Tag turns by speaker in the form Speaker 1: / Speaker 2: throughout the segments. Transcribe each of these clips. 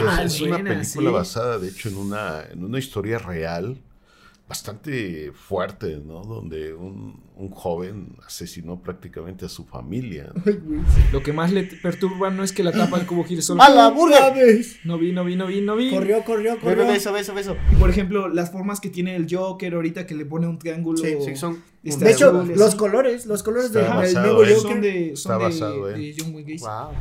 Speaker 1: Ah,
Speaker 2: Pues es
Speaker 1: buena,
Speaker 2: una película
Speaker 1: sí.
Speaker 2: basada, de hecho, en una, en una historia real bastante fuerte, ¿no? Donde un, un joven asesinó prácticamente a su familia. ¿no?
Speaker 1: Lo que más le t- perturba no es que la tapa del cubo gire solo.
Speaker 3: ¡A la burger!
Speaker 1: No vi, no vi, no vi, no vi.
Speaker 3: Corrió, corrió,
Speaker 4: Ve, ve,
Speaker 3: corrió.
Speaker 4: ve, Beso, beso, beso.
Speaker 5: Y por ejemplo, las formas que tiene el Joker ahorita que le pone un triángulo. este,
Speaker 4: Sí, sí, son.
Speaker 5: Está
Speaker 3: De hecho,
Speaker 5: azules.
Speaker 3: los colores, los colores del
Speaker 2: Está
Speaker 3: del
Speaker 2: basado,
Speaker 3: nuevo
Speaker 2: ¿eh?
Speaker 3: Joker.
Speaker 5: son de,
Speaker 2: Está
Speaker 5: son de-
Speaker 2: basado,
Speaker 5: de
Speaker 2: ¿eh?
Speaker 5: John Wayne Gacy.
Speaker 4: Wow.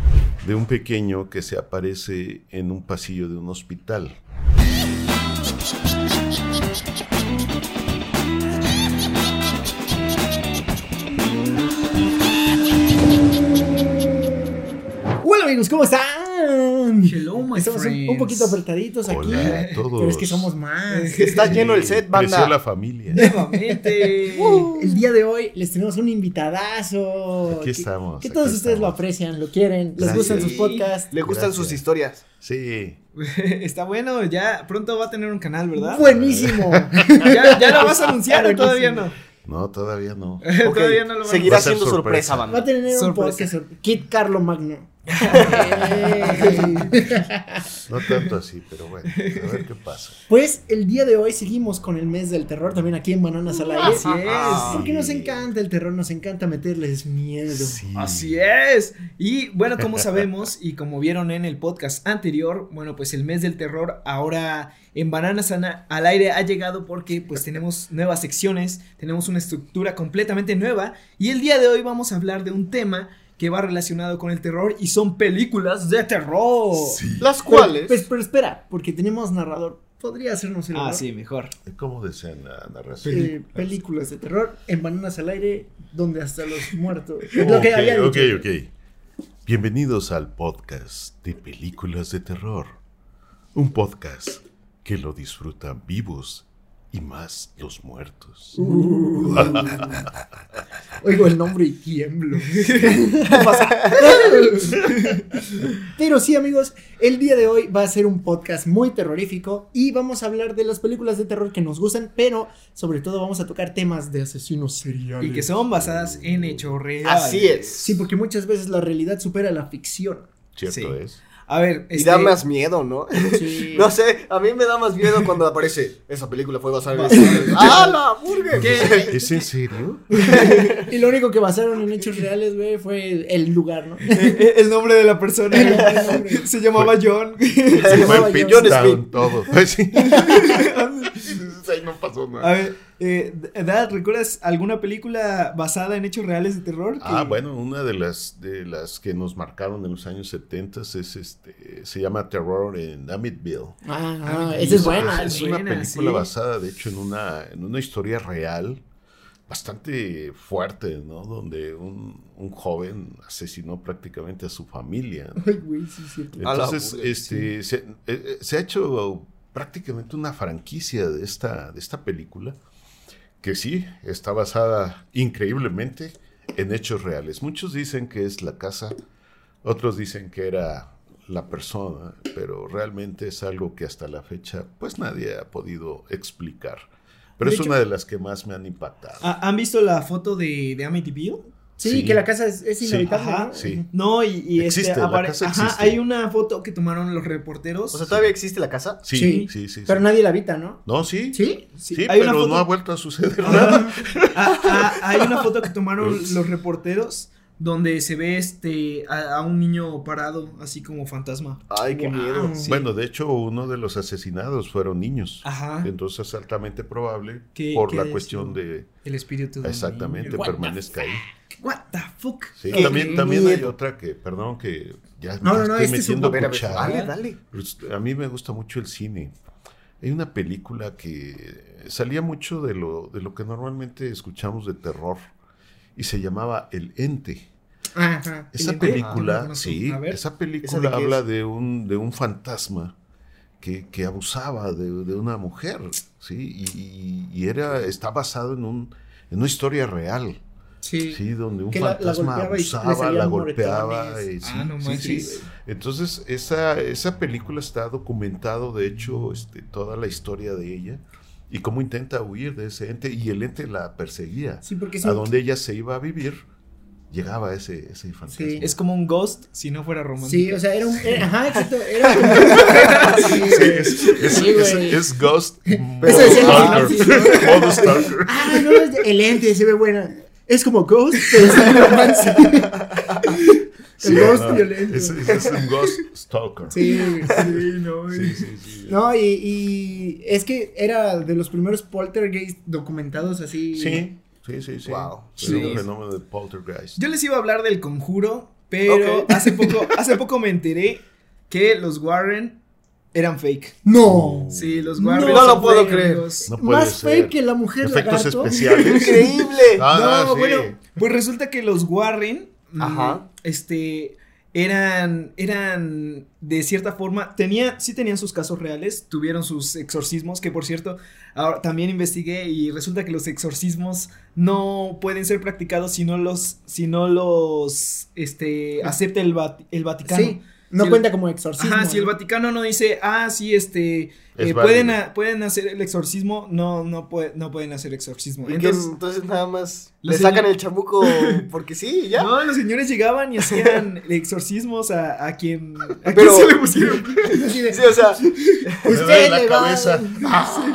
Speaker 2: De un pequeño que se aparece en un pasillo de un hospital.
Speaker 3: Hola amigos, ¿cómo están?
Speaker 5: Hello, my
Speaker 3: Estamos un- un,
Speaker 5: friends.
Speaker 3: poquito apretaditos aquí.
Speaker 2: Hola a todos.
Speaker 3: Pero es que somos más.
Speaker 4: Está lleno el set,
Speaker 2: Creció la
Speaker 4: banda.
Speaker 2: familia.
Speaker 5: Nuevamente.
Speaker 3: El día de hoy les tenemos un invitadazo.
Speaker 2: Uh. Aquí
Speaker 3: que-
Speaker 2: estamos,
Speaker 3: Que
Speaker 2: aquí
Speaker 3: todos ustedes lo
Speaker 2: estamos.
Speaker 3: aprecian, lo quieren, les
Speaker 2: Gracias.
Speaker 3: gustan sus
Speaker 4: Sí,
Speaker 3: podcasts.
Speaker 4: Le gustan
Speaker 2: Gracias.
Speaker 4: sus historias.
Speaker 2: Sí.
Speaker 5: Está bueno, ya pronto va a tener un canal, ¿verdad?
Speaker 3: Buenísimo.
Speaker 5: Ya, ya lo vas a anunciar o
Speaker 3: Buenísimo.
Speaker 5: todavía no.
Speaker 2: No, todavía no.
Speaker 4: Ok,
Speaker 5: Todavía no lo van a
Speaker 4: Seguirá
Speaker 2: Va a ser
Speaker 4: siendo
Speaker 2: sorpresa.
Speaker 4: sorpresa,
Speaker 3: Va a
Speaker 4: banda.
Speaker 3: tener un
Speaker 5: Sorpresa.
Speaker 3: podcast. sobre Kit Carlo Magno.
Speaker 2: No tanto así, pero bueno. A ver qué pasa.
Speaker 3: Pues el día de hoy seguimos con el mes del terror también aquí en Bananas al aire.
Speaker 5: Así es.
Speaker 3: Porque nos encanta el terror, nos encanta meterles miedo.
Speaker 2: Sí.
Speaker 5: Así es. Y bueno, como sabemos y como vieron en el podcast anterior, bueno, pues el mes del terror ahora en Bananas Ana- al aire ha llegado porque pues tenemos nuevas secciones, tenemos una estructura completamente nueva y el día de hoy vamos a hablar de un tema que va relacionado con el terror y son películas de terror.
Speaker 4: Las
Speaker 3: Oh, Pero-
Speaker 4: cuales.
Speaker 3: Pues, pero espera, porque tenemos narrador. Podría hacernos el
Speaker 5: Ah,
Speaker 3: honor.
Speaker 5: sí, mejor.
Speaker 2: ¿Cómo desean la narración?
Speaker 3: Eh, películas de terror en bananas al aire, donde hasta los muertos.
Speaker 2: Ok,
Speaker 3: Lo que había dicho.
Speaker 2: ok, ok. Bienvenidos al podcast de películas de terror. Un podcast que lo disfrutan vivos y más los muertos.
Speaker 3: Uh. Oigo el nombre y tiemblo. Pero sí, amigos, el día de hoy va a ser un podcast muy terrorífico y vamos a hablar de las películas de terror que nos gustan, pero sobre todo vamos a tocar temas de asesinos seriales.
Speaker 5: Y que son basadas en hechos reales.
Speaker 4: Así es.
Speaker 3: Sí, porque muchas veces la realidad supera la ficción.
Speaker 2: ¿Cierto
Speaker 5: Sí.
Speaker 2: es?
Speaker 5: A ver,
Speaker 4: Y
Speaker 5: este,
Speaker 4: da más miedo, ¿no?
Speaker 3: Sí.
Speaker 4: No sé, a mí me da más miedo cuando aparece. Esa película fue basada en. ¡Ah, la burger!
Speaker 2: ¿Es en serio?
Speaker 3: Y lo único que basaron en hechos reales, güey, fue el lugar, ¿no?
Speaker 5: eh, el nombre de la persona se llamaba John.
Speaker 2: Se fue
Speaker 3: llamaba
Speaker 2: en
Speaker 3: John
Speaker 2: Pitch Town
Speaker 4: Smith.
Speaker 2: todo. Sí. Ahí no pasó
Speaker 5: A
Speaker 2: nada.
Speaker 5: ver, eh, Dad, ¿recuerdas alguna película basada en hechos reales de terror? que-
Speaker 2: Ah, bueno, una de las de las que nos marcaron en los años 70 es este se llama Terror en Amityville.
Speaker 3: Ah, ah, esa es buena.
Speaker 2: Ah, es
Speaker 3: güey.
Speaker 2: una
Speaker 5: buena,
Speaker 2: película
Speaker 5: sí.
Speaker 2: basada, de hecho, en una, en una historia real bastante fuerte, ¿no? Donde un, un joven asesinó prácticamente a su familia. ¿no?
Speaker 3: Ay, güey, sí, es cierto.
Speaker 4: A la
Speaker 2: Entonces,
Speaker 4: burla,
Speaker 2: este, se, eh, eh, se ha hecho prácticamente una franquicia de esta, de esta película, que sí, está basada increíblemente en hechos reales. Muchos dicen que es la casa, otros dicen que era la persona, pero realmente es algo que hasta la fecha pues nadie ha podido explicar. Pero
Speaker 5: De
Speaker 2: es
Speaker 5: hecho-
Speaker 2: una de las que más me han impactado.
Speaker 5: Ah, ¿Han visto la foto de, de Amityville?
Speaker 3: Sí,
Speaker 2: Sí.
Speaker 3: que la casa es, es
Speaker 2: Sí.
Speaker 3: inhabitable.
Speaker 5: Ajá.
Speaker 3: ¿no?
Speaker 2: Sí.
Speaker 5: No, y, y este,
Speaker 2: Existe, la
Speaker 5: apare-
Speaker 2: casa
Speaker 5: Ajá,
Speaker 2: existe.
Speaker 5: hay una foto que tomaron los reporteros.
Speaker 4: O sea, ¿todavía existe la casa?
Speaker 2: Sí,
Speaker 3: Sí,
Speaker 2: sí, sí. sí.
Speaker 3: Pero nadie la habita, ¿no?
Speaker 2: No, sí. Sí,
Speaker 3: ¿Sí?
Speaker 5: Sí, hay una
Speaker 2: pero
Speaker 5: foto-
Speaker 2: no ha vuelto a suceder nada.
Speaker 5: Ah, ah, ah, hay una foto que tomaron
Speaker 2: Ups.
Speaker 5: los reporteros donde se ve este a, a un niño parado así como fantasma.
Speaker 4: Ay, qué
Speaker 3: Wow.
Speaker 4: miedo.
Speaker 5: Sí.
Speaker 2: Bueno, de hecho, uno de los asesinados fueron niños.
Speaker 3: Ah.
Speaker 5: Ajá.
Speaker 2: Entonces, es altamente probable
Speaker 5: Que-
Speaker 2: por
Speaker 5: que
Speaker 2: la
Speaker 5: es-
Speaker 2: cuestión de
Speaker 5: El espíritu de un
Speaker 2: exactamente
Speaker 5: niño.
Speaker 3: What the
Speaker 2: permanezca ahí.
Speaker 5: What the fuck?
Speaker 2: Sí,
Speaker 4: Qué
Speaker 2: también, también hay
Speaker 4: miedo.
Speaker 2: otra que, perdón, que ya
Speaker 3: No,
Speaker 2: ya
Speaker 3: no, no,
Speaker 2: estoy
Speaker 3: este es un-
Speaker 2: metiendo
Speaker 4: A ver, a ver,
Speaker 2: cuchara. Pues,
Speaker 4: dale, dale.
Speaker 2: A mí me gusta mucho el cine. Hay una película que salía mucho de lo, de lo que normalmente escuchamos de terror y se llamaba El Ente.
Speaker 3: Ajá.
Speaker 2: Esa
Speaker 5: ¿El Ente? Ah,
Speaker 2: película,
Speaker 5: no, no,
Speaker 2: sí,
Speaker 5: a ver.
Speaker 2: esa
Speaker 4: ¿Esa de
Speaker 2: película
Speaker 4: qué
Speaker 2: habla
Speaker 4: es?
Speaker 2: de un, de un fantasma que, que abusaba de, de una mujer, sí, y, y- y era, está basado en un, en una historia real,
Speaker 3: Sí.
Speaker 2: sí, donde un
Speaker 3: Que la- la
Speaker 2: fantasma
Speaker 3: golpeaba y le
Speaker 2: abusaba,
Speaker 3: salían
Speaker 2: la golpeaba,
Speaker 3: moretones.
Speaker 2: eh, sí,
Speaker 5: Ah, no
Speaker 2: sí,
Speaker 5: manches.
Speaker 2: sí. Entonces, esa, esa película está documentado, de hecho, este, toda la historia de ella, y cómo intenta huir de ese ente, y el ente la perseguía
Speaker 3: Sí, porque es
Speaker 2: a
Speaker 3: un-
Speaker 2: donde ella se iba a vivir llegaba ese, ese fantasma.
Speaker 3: Sí.
Speaker 5: Es como un ghost si no fuera romántico.
Speaker 3: Sí, o sea, era un. era- ajá, exacto. Era como- Sí,
Speaker 2: Sí,
Speaker 3: güey.
Speaker 2: es, es-
Speaker 3: Sí,
Speaker 2: es-
Speaker 3: güey.
Speaker 2: es Ghost modo
Speaker 3: Eso decía la
Speaker 4: ah,
Speaker 2: Stalker.
Speaker 3: sinopsis, ¿no?
Speaker 2: Modo Stalker.
Speaker 3: Ah, no, es de- el ente se ve buena. Es como Ghost, pero es un romance.
Speaker 2: Sí,
Speaker 3: Ghost
Speaker 2: no,
Speaker 3: violento.
Speaker 2: Es, es un Ghost Stalker.
Speaker 3: Sí, sí, no, güey.
Speaker 2: Sí, sí, sí.
Speaker 3: No, y, y es que era de los primeros poltergeist documentados así.
Speaker 2: Sí, sí, sí, sí.
Speaker 4: Wow.
Speaker 2: Es
Speaker 5: Sí.
Speaker 2: un fenómeno de poltergeist.
Speaker 5: Yo les iba a hablar del conjuro, pero
Speaker 4: Ok.
Speaker 5: hace, poco, hace poco me enteré que los Warren eran fake.
Speaker 3: No.
Speaker 5: Sí, los
Speaker 3: No.
Speaker 5: Warren.
Speaker 3: No
Speaker 5: son
Speaker 4: lo puedo
Speaker 5: fake,
Speaker 4: creer.
Speaker 5: amigos.
Speaker 2: No puede
Speaker 3: Más
Speaker 2: ser.
Speaker 3: fake que la mujer
Speaker 2: Efectos
Speaker 3: lagarto.
Speaker 2: especiales.
Speaker 4: ¡Increíble!
Speaker 2: Ah,
Speaker 5: no,
Speaker 2: sí.
Speaker 5: bueno, pues resulta que los Warren, mm,
Speaker 4: Ajá.
Speaker 5: este, eran, eran de cierta forma, tenía, sí tenían sus casos reales, tuvieron sus exorcismos, que por cierto, ahora también investigué y resulta que los exorcismos no pueden ser practicados si no los, si no los, este, acepta el, Vati- el Vaticano.
Speaker 3: Sí. No
Speaker 5: Si el-
Speaker 3: cuenta como exorcismo.
Speaker 5: Ajá, si el
Speaker 3: ¿no?
Speaker 5: Vaticano no dice, ah, sí, este,
Speaker 2: Es
Speaker 5: eh,
Speaker 2: válido.
Speaker 5: pueden, a- pueden hacer el exorcismo, no, no, puede- no pueden hacer exorcismo.
Speaker 4: ¿Y qué?
Speaker 5: Entonces,
Speaker 4: Entonces, nada más
Speaker 5: Los
Speaker 4: le sacan
Speaker 5: señor-
Speaker 4: el chamuco porque sí, y ya.
Speaker 5: No, los señores llegaban y hacían exorcismos a, a quien. ¿A quién
Speaker 4: Pero-
Speaker 5: se le pusieron?
Speaker 3: Así de,
Speaker 4: Sí, o sea,
Speaker 2: Me duele la
Speaker 3: le va-
Speaker 2: cabeza.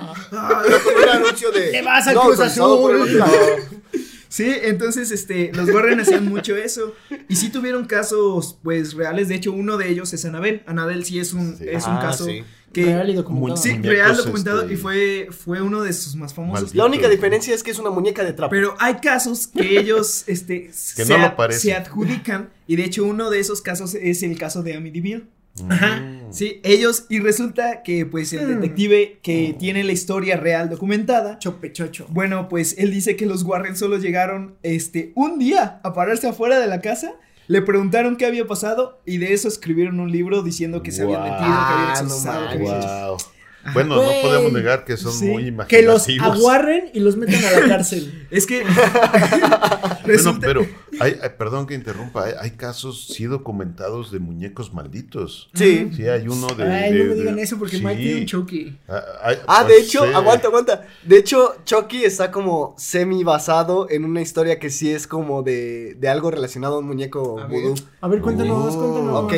Speaker 4: con un anuncio de.
Speaker 3: Le vas al Cruz
Speaker 4: autorizado por el
Speaker 3: Azul.
Speaker 4: Vaticano.
Speaker 5: Sí, entonces este, los Warren hacían mucho eso. Y sí tuvieron casos, pues, reales. De hecho, uno de ellos es Anabel. Anabel sí es un,
Speaker 2: Sí.
Speaker 5: es un
Speaker 4: Ah,
Speaker 5: caso
Speaker 4: sí.
Speaker 5: que.
Speaker 3: Real y documentado.
Speaker 5: Sí,
Speaker 2: Muñecos,
Speaker 5: real documentado
Speaker 2: este,
Speaker 5: y fue, fue uno de sus más famosos.
Speaker 2: maldito.
Speaker 4: La única diferencia es que es una muñeca de trapo.
Speaker 5: Pero hay casos que ellos este,
Speaker 2: Que
Speaker 5: se,
Speaker 2: no lo
Speaker 5: ad-
Speaker 2: parece.
Speaker 5: se adjudican. Y de hecho, uno de esos casos es el caso de Amityville.
Speaker 2: Mm.
Speaker 5: Ajá, sí, ellos, y resulta que pues el
Speaker 3: Mm.
Speaker 5: detective que tiene la historia real documentada,
Speaker 3: Chopechocho.
Speaker 5: bueno, pues él dice que los Warren solo llegaron, este, un día a pararse afuera de la casa, le preguntaron qué había pasado y de eso escribieron un libro diciendo que se habían
Speaker 2: Guau.
Speaker 5: metido, que habían
Speaker 4: Ah, no
Speaker 5: exorcizado, que habían hecho-
Speaker 2: Wow. Bueno, no
Speaker 3: Güey.
Speaker 2: podemos negar que son
Speaker 5: Sí.
Speaker 2: muy
Speaker 3: Que los
Speaker 2: imaginativos.
Speaker 3: aguarren y los metan a la cárcel.
Speaker 5: Es que
Speaker 2: Bueno,
Speaker 5: resulta...
Speaker 2: pero hay, hay- perdón que interrumpa, eh, hay, hay casos sí documentados de muñecos malditos.
Speaker 4: Sí.
Speaker 3: mm.
Speaker 2: Sí, hay uno de.
Speaker 3: Ay,
Speaker 2: de-
Speaker 3: no me
Speaker 2: de-
Speaker 3: digan eso porque
Speaker 2: sí.
Speaker 3: Mike tiene un Chucky.
Speaker 2: Ah, ay,
Speaker 4: Ah, de
Speaker 2: pues,
Speaker 4: hecho,
Speaker 2: sí.
Speaker 4: aguanta, aguanta. De hecho, Chucky está como semi basado en una historia que sí es como de, de algo relacionado a un muñeco
Speaker 5: A ver.
Speaker 4: vudú.
Speaker 3: A ver, cuéntanos,
Speaker 2: Oh,
Speaker 3: cuéntanos.
Speaker 4: Ok,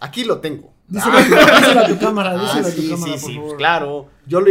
Speaker 4: aquí lo tengo. Ah,
Speaker 3: Díselo a tu, díselo a tu cámara, díselo Ah, a tu cámara, por favor.
Speaker 4: pues claro. Yo lo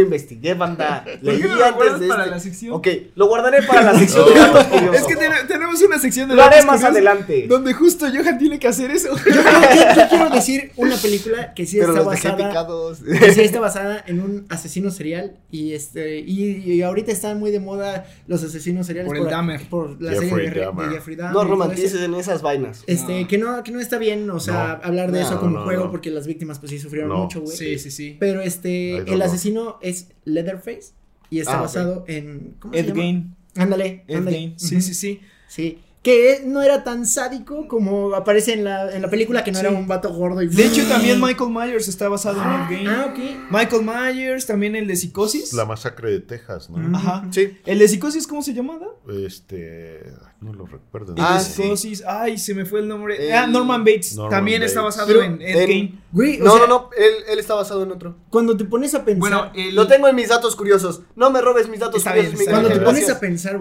Speaker 4: investigué, banda.
Speaker 5: ¿Por
Speaker 4: Leí
Speaker 5: qué no lo
Speaker 4: antes
Speaker 5: guardas
Speaker 4: de
Speaker 5: para
Speaker 4: este.
Speaker 5: la sección?
Speaker 4: Ok, lo guardaré para la sección de
Speaker 2: No.
Speaker 4: datos curiosos.
Speaker 5: Es que ten- tenemos una sección de
Speaker 4: Lo haré
Speaker 5: datos
Speaker 4: más
Speaker 5: curiosos
Speaker 4: adelante.
Speaker 5: Donde justo Johan tiene que hacer eso.
Speaker 3: Yo, creo que- yo quiero decir una película que sí
Speaker 4: Pero
Speaker 3: está
Speaker 4: los dejé
Speaker 3: basada.
Speaker 4: picados.
Speaker 3: que sí está basada en un asesino serial. Y este. Y, y ahorita están muy de moda los asesinos seriales.
Speaker 5: Por el Dahmer.
Speaker 3: Por la
Speaker 2: Jeffrey
Speaker 3: serie de,
Speaker 2: Dahmer.
Speaker 3: de Jeffrey Dahmer.
Speaker 4: No
Speaker 3: y todo eso.
Speaker 4: romanticen esas vainas.
Speaker 3: Este,
Speaker 5: No.
Speaker 3: que no, que no está bien, o sea, hablar de
Speaker 4: No,
Speaker 3: eso como
Speaker 2: no,
Speaker 3: juego,
Speaker 2: no.
Speaker 3: porque las víctimas pues sí sufrieron
Speaker 2: No.
Speaker 3: mucho, güey.
Speaker 5: Sí, sí, sí.
Speaker 3: Pero este,
Speaker 2: Ay, no,
Speaker 3: el
Speaker 2: no.
Speaker 3: asesino es Leatherface y está
Speaker 4: Ah, ok.
Speaker 3: basado en. ¿Cómo se
Speaker 5: Ed
Speaker 3: llama?
Speaker 5: Gain.
Speaker 3: Ándale,
Speaker 5: Ed
Speaker 3: ándale.
Speaker 5: Gain. Sí,
Speaker 3: Ujú.
Speaker 5: sí, sí.
Speaker 3: Sí. Que no era tan sádico como aparece en la, en la película, que no
Speaker 5: Sí.
Speaker 3: era un vato gordo y.
Speaker 5: De hecho, también Michael Myers está basado en Ed Gein.
Speaker 3: Ah, ok.
Speaker 5: Michael Myers, también el de Psicosis.
Speaker 2: La masacre de Texas, ¿no?
Speaker 3: Mm.
Speaker 5: Ajá.
Speaker 4: Sí.
Speaker 5: ¿El de Psicosis cómo se llama? Dan?
Speaker 2: Este. ay, No lo recuerdo.
Speaker 5: El
Speaker 4: Ah,
Speaker 5: de
Speaker 4: sí.
Speaker 5: Psicosis. Ay, se me fue el nombre.
Speaker 4: El-
Speaker 5: Ah, Norman Bates.
Speaker 2: Norman
Speaker 5: también
Speaker 2: Bates.
Speaker 5: está basado
Speaker 4: Pero
Speaker 5: en Ed
Speaker 4: en-
Speaker 5: Gein.
Speaker 3: Güey, o
Speaker 4: No,
Speaker 3: sea,
Speaker 4: no, no. Él, él está basado en otro.
Speaker 3: Cuando te pones a pensar.
Speaker 5: Bueno, el-
Speaker 4: Lo tengo en mis datos curiosos. No me robes mis datos
Speaker 5: Está bien,
Speaker 4: curiosos.
Speaker 5: está
Speaker 4: Miguel.
Speaker 3: Cuando te
Speaker 2: Gracias.
Speaker 3: pones a pensar,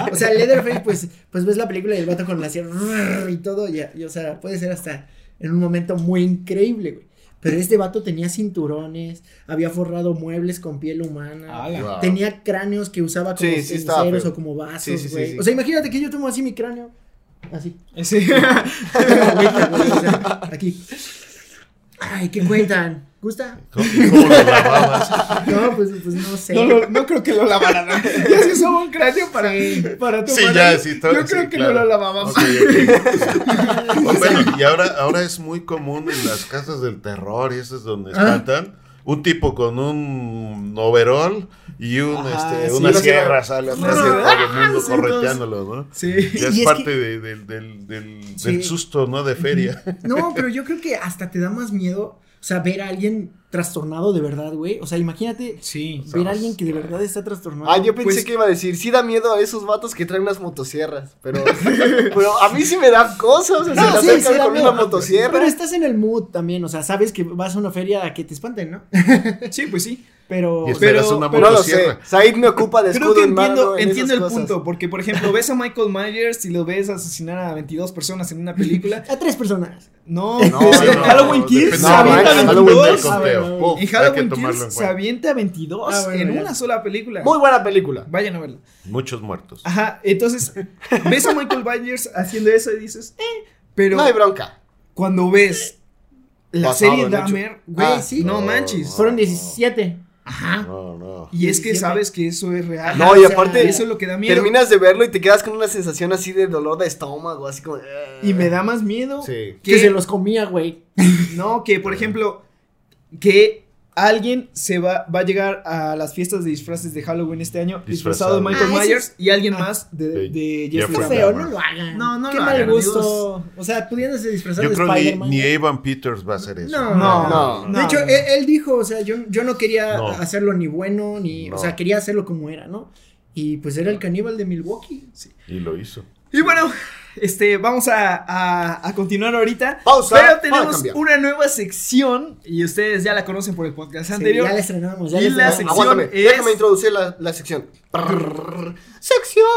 Speaker 3: güey. O sea, Leatherface, pues, pues ves la película y el vato con la sierra y todo, y, y, o sea, puede ser hasta en un momento muy increíble, güey. Pero este vato tenía cinturones, había forrado muebles con piel humana.
Speaker 5: Ala.
Speaker 2: Wow.
Speaker 3: Tenía cráneos que usaba como
Speaker 4: Sí, sí estaba
Speaker 3: cinceros
Speaker 4: feo.
Speaker 3: o como vasos,
Speaker 4: Sí, sí, sí,
Speaker 3: güey.
Speaker 4: sí.
Speaker 3: O sea, imagínate que yo tomo así mi cráneo. Así.
Speaker 5: Ese-
Speaker 3: Ahorita, güey, o sea, aquí. Ay, ¿qué cuentan? ¿Gusta?
Speaker 2: ¿Cómo, y cómo lo lavabas?
Speaker 3: No, pues, pues no sé.
Speaker 5: no, lo- no creo que lo lavaran. ¿no? Ya se usaba un cráneo para, para tomar.
Speaker 2: Sí, ya,
Speaker 5: ahí.
Speaker 2: sí, todo-
Speaker 5: Yo
Speaker 2: sí,
Speaker 5: creo que
Speaker 2: claro.
Speaker 5: no lo lavaba.
Speaker 2: Ok, ok. Oh, bueno, y ahora, ahora es muy común en las casas del terror y eso es donde
Speaker 5: Ah.
Speaker 2: espantan. Un tipo con un overol y un,
Speaker 5: Ajá,
Speaker 2: este,
Speaker 5: sí,
Speaker 2: una
Speaker 5: una
Speaker 2: sierra sale atrás de todo
Speaker 5: sierra.
Speaker 2: el mundo
Speaker 5: sí,
Speaker 2: correteándolo, ¿no?
Speaker 5: Sí.
Speaker 2: Ya es
Speaker 3: Y es
Speaker 2: parte
Speaker 3: que-
Speaker 2: de- del, del, del,
Speaker 3: Sí.
Speaker 2: del susto, ¿no? De feria.
Speaker 3: No, pero yo creo que hasta te da más miedo, o sea, ver a alguien trastornado de verdad, güey. O sea, imagínate
Speaker 5: Sí.
Speaker 3: ver a alguien que de verdad está trastornado.
Speaker 4: Ah, yo pensé
Speaker 5: Pues-
Speaker 4: que iba a decir, sí da miedo a esos vatos que traen unas motosierras, pero, pero a mí sí me dan cosas, o sea,
Speaker 3: No,
Speaker 4: se
Speaker 3: sí,
Speaker 4: me
Speaker 3: sí,
Speaker 4: acercan
Speaker 3: da
Speaker 4: con
Speaker 3: miedo.
Speaker 4: una motosierra.
Speaker 3: Pero estás en el mood también, o sea, sabes que vas a una feria a que te espanten, ¿no?
Speaker 5: Sí, pues sí.
Speaker 3: Pero
Speaker 2: Y esperas
Speaker 5: pero-
Speaker 2: una
Speaker 4: no lo sé,
Speaker 2: motosierra.
Speaker 4: Said me ocupa de escudo
Speaker 5: Creo que
Speaker 4: en mano
Speaker 5: entiendo,
Speaker 4: en
Speaker 5: entiendo el
Speaker 4: esas cosas.
Speaker 5: punto, porque por ejemplo, ves a Michael Myers y lo ves asesinar a 22 personas en una película.
Speaker 3: a tres personas.
Speaker 5: No,
Speaker 4: No,
Speaker 5: o sea,
Speaker 4: no,
Speaker 5: en Halloween
Speaker 2: no,
Speaker 5: Kills
Speaker 2: depende
Speaker 5: se
Speaker 4: no,
Speaker 5: avienta
Speaker 4: manches,
Speaker 2: del-
Speaker 5: 22.
Speaker 2: Halloween del
Speaker 3: con-
Speaker 2: conteo. Puf,
Speaker 5: En
Speaker 2: hay que
Speaker 5: Halloween
Speaker 2: tomarlo en
Speaker 5: Kills se
Speaker 2: cuenta.
Speaker 5: avienta 22
Speaker 3: Ah, bueno,
Speaker 5: en
Speaker 3: ya.
Speaker 5: una sola película.
Speaker 4: Muy buena película.
Speaker 5: Vayan a verla.
Speaker 2: Muchos muertos.
Speaker 5: Ajá, entonces ves a Michael Myers haciendo eso y dices, eh, pero
Speaker 4: No hay bronca.
Speaker 5: cuando ves la
Speaker 4: Basado
Speaker 5: serie
Speaker 4: en hecho.
Speaker 5: Dahmer, güey,
Speaker 4: Ah,
Speaker 5: sí, no,
Speaker 2: no,
Speaker 5: manches.
Speaker 3: Fueron 17.
Speaker 5: Ajá.
Speaker 2: No, no.
Speaker 5: Y es que
Speaker 3: 17.
Speaker 5: sabes que eso es real.
Speaker 4: No, y
Speaker 5: O sea,
Speaker 4: aparte,
Speaker 5: eso es lo que da miedo.
Speaker 4: Terminas de verlo y te quedas con una sensación así de dolor de estómago, así como... eh.
Speaker 5: Y me da más miedo
Speaker 4: Sí.
Speaker 5: que
Speaker 3: Que se los comía, güey.
Speaker 5: No, que por ejemplo, que alguien se va, va a llegar a las fiestas de disfraces de Halloween este año
Speaker 2: Disfrazado.
Speaker 5: disfrazado, de Michael
Speaker 3: Ah, ese
Speaker 5: Myers y alguien
Speaker 3: ah.
Speaker 5: más de,
Speaker 2: De
Speaker 5: de
Speaker 2: Jeffrey
Speaker 5: Jeffrey
Speaker 3: Está
Speaker 2: Dahmer.
Speaker 5: Dahmer.
Speaker 3: feo, no lo hagan.
Speaker 5: No, no
Speaker 3: Qué
Speaker 5: lo
Speaker 3: mal
Speaker 5: hagan,
Speaker 3: gusto. O sea, pudiéndose disfrazar
Speaker 2: Yo
Speaker 3: de
Speaker 2: creo ni,
Speaker 3: Spider-Man.
Speaker 2: ni Evan Peters va a hacer eso.
Speaker 3: No,
Speaker 5: No,
Speaker 4: no,
Speaker 5: no.
Speaker 3: de hecho, Él, él dijo, o sea, yo, yo no quería
Speaker 2: No.
Speaker 3: hacerlo ni bueno, ni. O
Speaker 2: No.
Speaker 3: sea, quería hacerlo como era, ¿no? Y pues era el caníbal de Milwaukee.
Speaker 2: Y lo hizo.
Speaker 5: Y bueno, este, vamos a, a- a continuar ahorita.
Speaker 4: Pausa,
Speaker 5: Pero
Speaker 4: para
Speaker 5: tenemos
Speaker 4: cambiar.
Speaker 5: una nueva sección y ustedes ya la conocen por el podcast
Speaker 3: Sí,
Speaker 5: anterior.
Speaker 3: ya la estrenamos, ya
Speaker 5: Y
Speaker 3: la
Speaker 5: la
Speaker 3: estrenamos.
Speaker 5: sección
Speaker 4: Aguántame,
Speaker 5: es-
Speaker 4: déjame introducir la, la sección. Prrrr,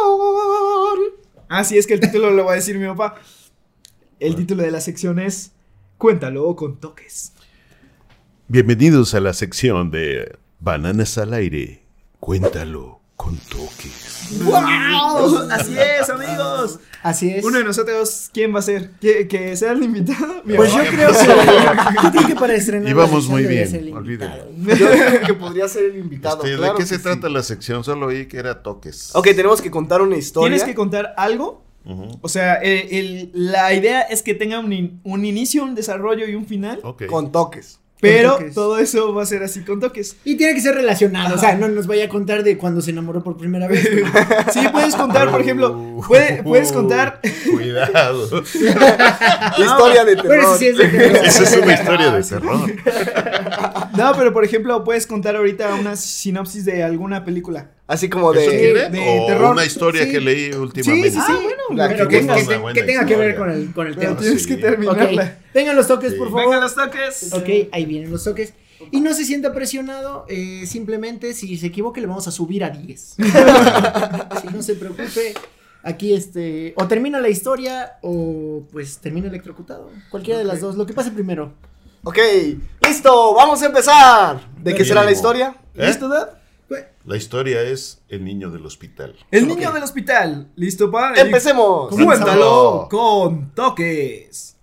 Speaker 4: sección.
Speaker 5: Así Ah, es que el título lo va a decir mi papá. El título de la sección es Cuéntalo con toques.
Speaker 2: Bienvenidos a la sección de Bananas al Aire. Cuéntalo con toques.
Speaker 5: ¡Wow! Así es, amigos.
Speaker 3: Así es.
Speaker 5: Uno de nosotros, ¿quién va a ser? ¿Que, que sea el invitado? Mi
Speaker 3: Pues
Speaker 5: papá.
Speaker 3: yo creo que, yo creo que para estrenar.
Speaker 2: Íbamos muy
Speaker 3: Alejandro
Speaker 2: bien,
Speaker 3: es el invitado.
Speaker 2: olvídenlo.
Speaker 4: Yo creo que podría ser el invitado.
Speaker 2: Este, ¿De
Speaker 4: claro
Speaker 2: qué
Speaker 4: que
Speaker 2: se
Speaker 4: sí.
Speaker 2: trata la sección? Solo oí que era toques.
Speaker 4: Ok, tenemos que contar una historia.
Speaker 5: Tienes que contar algo.
Speaker 2: Ujú.
Speaker 5: O sea, el- el- la idea es que tenga un, in- un inicio, un desarrollo y un final.
Speaker 2: Ok.
Speaker 4: Con toques.
Speaker 5: Pero
Speaker 3: toques.
Speaker 5: todo eso va a ser así con toques.
Speaker 3: Y tiene que ser relacionado, o sea, no nos vaya a contar de cuando se enamoró por primera vez. güey.
Speaker 5: Sí, puedes contar, por ejemplo,
Speaker 2: Uh,
Speaker 3: Oh.
Speaker 5: puede- puedes contar.
Speaker 2: Cuidado.
Speaker 4: La historia de terror.
Speaker 3: Pero eso Ah, sí es de terror.
Speaker 2: Esa es una historia de terror.
Speaker 5: No, pero por ejemplo, puedes contar ahorita una sinopsis de alguna película.
Speaker 4: Así como
Speaker 2: ¿Eso
Speaker 4: de.
Speaker 2: quieren?
Speaker 5: de
Speaker 2: ¿O
Speaker 5: terror.
Speaker 2: una historia
Speaker 3: Sí.
Speaker 2: que leí últimamente? ¿Eh?
Speaker 5: sí, sí.
Speaker 3: Ah, bueno,
Speaker 4: La
Speaker 3: pero
Speaker 4: que
Speaker 3: que,
Speaker 4: tenga
Speaker 3: que-
Speaker 2: una
Speaker 3: que
Speaker 2: buena
Speaker 3: tenga que ver
Speaker 2: historia.
Speaker 3: con el, con el
Speaker 5: Pero
Speaker 3: tema.
Speaker 2: Ah,
Speaker 5: tienes
Speaker 2: sí.
Speaker 5: que
Speaker 3: Ok,
Speaker 5: terminarla.
Speaker 3: vengan los toques,
Speaker 2: Sí.
Speaker 3: por favor.
Speaker 5: Venga, los toques.
Speaker 3: Ok, ahí vienen los toques. Y no se sienta presionado, eh, simplemente si se equivoca le vamos a subir a 10. si no se preocupe, aquí este, o termina la historia o pues termina electrocutado. Cualquiera de las dos, lo que pase primero.
Speaker 4: Ok, listo, vamos a empezar. ¿De qué será la
Speaker 2: Mínimo.
Speaker 4: historia?
Speaker 2: ¿Eh?
Speaker 5: ¿Listo, Dad?
Speaker 2: La historia es El niño del hospital.
Speaker 3: ¿Eh?
Speaker 5: El niño del hospital. ¿Listo, pa?
Speaker 4: Empecemos.
Speaker 5: Cuéntalo con toques.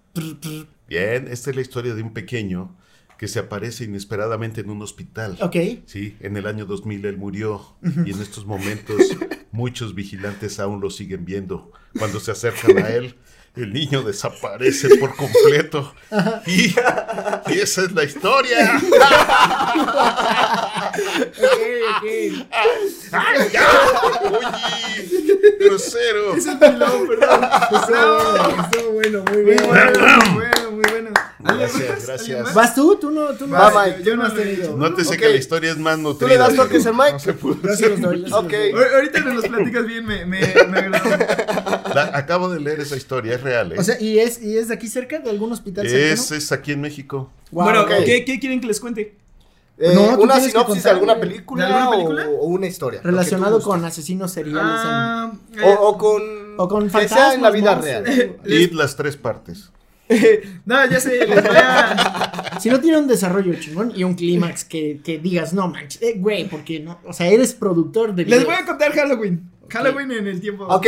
Speaker 2: Bien, esta es la historia de un pequeño que se aparece inesperadamente en un hospital.
Speaker 3: Ok,
Speaker 2: Sí, en el año 2000 él murió y en estos momentos muchos vigilantes aún lo siguen viendo. Cuando se acercan a él, el niño desaparece por completo. Y, y esa es la historia. ¡Ay, ya! ¡Oye! ¡Grosero!
Speaker 3: estuvo bueno, muy bien.
Speaker 5: bueno, muy bueno.
Speaker 2: Gracias, gracias.
Speaker 3: ¿Vas tú? Tú no, tú no.
Speaker 4: Va,
Speaker 3: yo-
Speaker 4: Mike.
Speaker 3: Yo no has tenido.
Speaker 2: Nótese
Speaker 4: Ok.
Speaker 2: que la historia es más nutrida.
Speaker 4: ¿Tú le das
Speaker 2: pero
Speaker 4: toques al Mike?
Speaker 2: no se pudo.
Speaker 3: Yo sí los doy, yo sí los
Speaker 4: Ok.
Speaker 3: doy.
Speaker 5: Ahor- Ahorita nos los platicas bien, me, me, me agradó.
Speaker 2: La- acabo de leer esa historia, es real. ¿eh?
Speaker 3: O sea, ¿y es, ¿y es de aquí cerca? ¿De algún hospital
Speaker 2: es, eh,
Speaker 3: cercano?
Speaker 2: es aquí en México.
Speaker 3: Wow,
Speaker 5: bueno,
Speaker 3: ok.
Speaker 5: ¿qué, qué quieren que les cuente?
Speaker 4: Eh,
Speaker 3: No, tú
Speaker 4: una
Speaker 3: tienes que
Speaker 4: sinopsis de
Speaker 3: contar,
Speaker 4: alguna
Speaker 3: güey.
Speaker 4: película,
Speaker 5: ¿De alguna
Speaker 4: o-
Speaker 5: película?
Speaker 4: O, una historia. lo que
Speaker 3: Relacionado
Speaker 4: tú gustes.
Speaker 3: con asesinos seriales.
Speaker 5: Ah,
Speaker 4: O, o con.
Speaker 3: O con
Speaker 4: que sea en la
Speaker 3: eh, fantasmas,
Speaker 4: vida
Speaker 3: monstruos.
Speaker 4: real.
Speaker 2: Y las tres partes.
Speaker 5: eh, no, ya sé, les voy a...
Speaker 3: Si no tiene un desarrollo chingón y un clímax que, que digas, no manches, eh, güey, porque no, o sea, eres productor de
Speaker 5: Les
Speaker 3: videos.
Speaker 5: voy a contar Halloween. Halloween en el tiempo.
Speaker 4: Ok,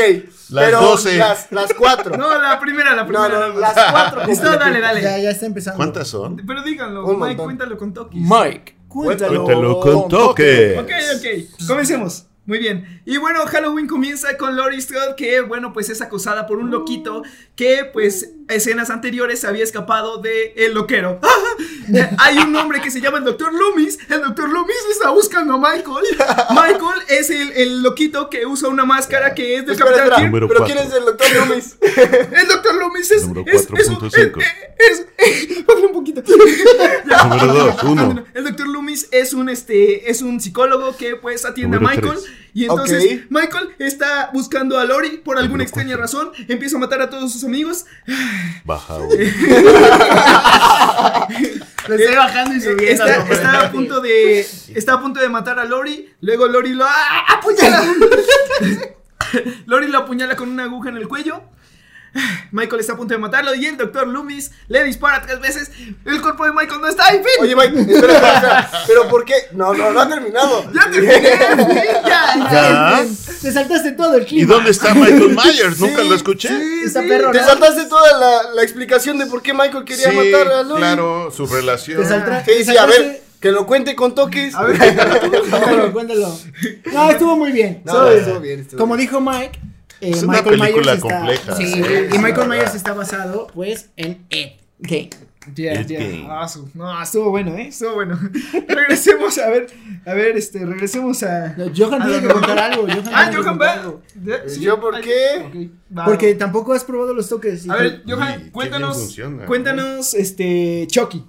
Speaker 2: Las
Speaker 4: pero
Speaker 2: 12.
Speaker 4: Las, las cuatro.
Speaker 5: No, la primera, la
Speaker 4: no,
Speaker 5: primera.
Speaker 4: no, las cuatro.
Speaker 5: Listo,
Speaker 4: completas.
Speaker 5: dale, dale.
Speaker 3: Ya, ya está empezando.
Speaker 2: ¿Cuántas son?
Speaker 5: Pero díganlo,
Speaker 4: Un
Speaker 5: Mike,
Speaker 4: montón.
Speaker 5: cuéntalo con toques.
Speaker 3: Mike,
Speaker 4: Cuéntalo.
Speaker 2: Cuéntalo con toques.
Speaker 5: Ok, ok, comencemos. Muy bien. Y bueno, Halloween comienza con Lori Scott, que bueno, pues es acosada por un loquito que pues escenas anteriores se había escapado de el loquero. Hay un hombre que se llama el Dr. Loomis. El Dr. Loomis está buscando a Michael. Michael es el, el loquito que usa una máscara que Este es del
Speaker 4: Espera,
Speaker 5: Capitán
Speaker 4: espera,
Speaker 5: Kirk.
Speaker 2: Número
Speaker 4: pero
Speaker 2: cuatro.
Speaker 4: ¿quién es el doctor Loomis?
Speaker 5: El Dr. Loomis es.
Speaker 2: Número
Speaker 5: es- es un-
Speaker 2: 4.5.
Speaker 5: Es. es- bájale un poquito.
Speaker 2: Número dos, uno.
Speaker 5: El Dr. Loomis es un este es un psicólogo que pues atiende a
Speaker 2: Número
Speaker 5: Michael
Speaker 2: tres.
Speaker 5: y entonces
Speaker 4: Ok.
Speaker 5: Michael está buscando a Lori por
Speaker 2: Número
Speaker 5: alguna extraña
Speaker 2: cuatro.
Speaker 5: razón, empieza a matar a todos sus amigos.
Speaker 2: Baja
Speaker 3: Lo estoy bajando y subiendo.
Speaker 5: Eh, Está,
Speaker 3: hombre.
Speaker 5: está a punto de está a punto de matar a Lori, luego Lori lo ¡Ah! apuñala. Lori lo apuñala con una aguja en el cuello. Michael está a punto de matarlo y el Dr. Loomis le dispara tres veces. El cuerpo de Michael no está, en fin.
Speaker 4: Oye, Mike, espera, espera, espera. ¿Pero por qué? No, no, no ha terminado.
Speaker 5: ya terminé, en fin, ya.
Speaker 2: ¿Ya?
Speaker 3: Te saltaste todo el clima.
Speaker 2: ¿Y dónde está Michael Myers? pues, Nunca
Speaker 4: Sí,
Speaker 2: lo escuché.
Speaker 5: Sí,
Speaker 3: Está
Speaker 5: sí.
Speaker 3: perro,
Speaker 4: Te saltaste toda la, la explicación de por qué Michael quería
Speaker 2: Sí,
Speaker 4: matar a Lori.
Speaker 2: claro, su relación.
Speaker 3: Te saltra-
Speaker 4: Sí,
Speaker 3: te
Speaker 4: sí, a ver,
Speaker 3: saltaste-
Speaker 4: que lo cuente con toques.
Speaker 5: A ver,
Speaker 3: Cuéntalo, cuéntalo. No, estuvo muy bien.
Speaker 4: No,
Speaker 3: Estuvo bien.
Speaker 4: estuvo bien, estuvo
Speaker 3: Como
Speaker 4: bien.
Speaker 3: dijo Mike, eh,
Speaker 2: Es una
Speaker 3: Michael
Speaker 2: película
Speaker 3: Myers está.
Speaker 2: compleja,
Speaker 3: sí,
Speaker 2: sí,
Speaker 3: y
Speaker 2: sí,
Speaker 3: Michael
Speaker 2: la
Speaker 3: Myers
Speaker 2: verdad.
Speaker 3: está basado, pues, en Ed. Ok.
Speaker 5: Ya,
Speaker 2: It
Speaker 5: ya.
Speaker 2: came.
Speaker 5: Ah, su- No, estuvo bueno, ¿eh? Estuvo bueno. regresemos a ver, a ver, este, regresemos a.
Speaker 3: No, Johan
Speaker 5: Ah,
Speaker 3: tiene que
Speaker 5: no.
Speaker 3: contar algo. Johan
Speaker 5: Ah,
Speaker 3: tiene que
Speaker 5: Johan
Speaker 3: contar
Speaker 5: va.
Speaker 3: algo.
Speaker 5: De- sí,
Speaker 4: Eh, ¿Yo por
Speaker 5: ay,
Speaker 4: qué?
Speaker 5: ok, va.
Speaker 3: Porque tampoco has probado los toques. y
Speaker 5: A
Speaker 3: tú-
Speaker 5: ver,
Speaker 2: Uy, qué
Speaker 5: Johan,
Speaker 2: bien
Speaker 5: cuéntanos.
Speaker 2: funciona.
Speaker 5: Cuéntanos, este, Chucky.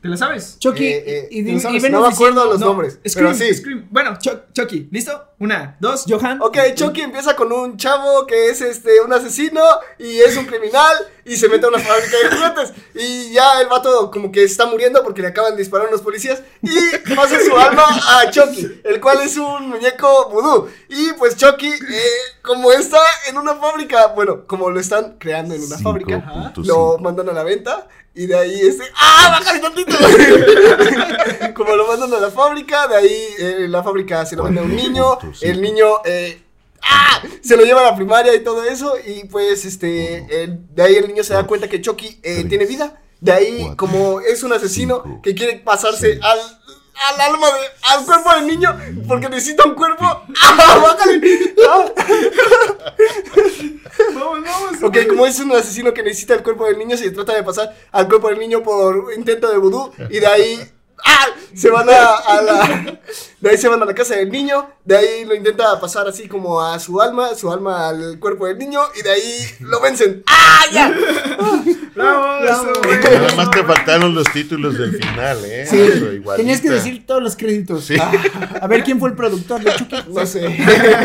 Speaker 5: ¿Te la sabes?
Speaker 3: Chucky,
Speaker 4: Eh, eh,
Speaker 3: y, y-
Speaker 4: ¿te
Speaker 3: y
Speaker 4: lo sabes?
Speaker 3: venos
Speaker 4: no me acuerdo
Speaker 3: diciendo-
Speaker 4: los
Speaker 5: No,
Speaker 4: nombres.
Speaker 5: Scream,
Speaker 4: pero sí.
Speaker 5: Scream. Bueno, Chuck- Chucky, ¿listo? Una, dos, Johan.
Speaker 4: Ok, Chucky empieza con un chavo que es este un asesino y es un criminal y se mete a una fábrica de juguetes. Y ya el vato como que está muriendo porque le acaban de disparar unos policías y pasa su alma a Chucky, el cual es un muñeco vudú. Y pues Chucky, eh, como está en una fábrica, bueno, como lo están creando en una fábrica,
Speaker 5: ajá.
Speaker 2: 5.5.
Speaker 4: lo mandan a la venta y de ahí este ¡Ah! ¡Bájale tantito! Como lo mandan a la fábrica, de ahí eh, la fábrica se lo vende a un niño, el niño eh, ¡ah! se lo lleva a la primaria y todo eso, y pues este el- de ahí el niño se da cuenta que Chucky eh,
Speaker 2: Tres,
Speaker 4: tiene vida. De ahí,
Speaker 2: cuatro,
Speaker 4: como es un asesino
Speaker 2: cinco,
Speaker 4: que quiere pasarse
Speaker 2: seis,
Speaker 4: al, al alma de, al cuerpo del niño, porque necesita un cuerpo. ¡Ah! ¡Bájale! ¡Ah!
Speaker 5: Vamos, vamos.
Speaker 4: Ok, como es un asesino que necesita el cuerpo del niño, se trata de pasar al cuerpo del niño por intento de vudú y de ahí ¡ah! se van a, a la de ahí se van a la casa del niño, de ahí lo intenta pasar así como a su alma, su alma al cuerpo del niño y de ahí lo vencen. ¡Ah! Ya.
Speaker 5: Bravo, eso,
Speaker 3: Bravo.
Speaker 5: bueno.
Speaker 2: Nada más te faltaron los títulos del final, ¿eh?
Speaker 3: Sí,
Speaker 2: Pero igualita.
Speaker 3: tenías que decir Ah. todos los créditos.
Speaker 2: Sí.
Speaker 3: A ver quién fue el productor de Chucky.
Speaker 4: No sé.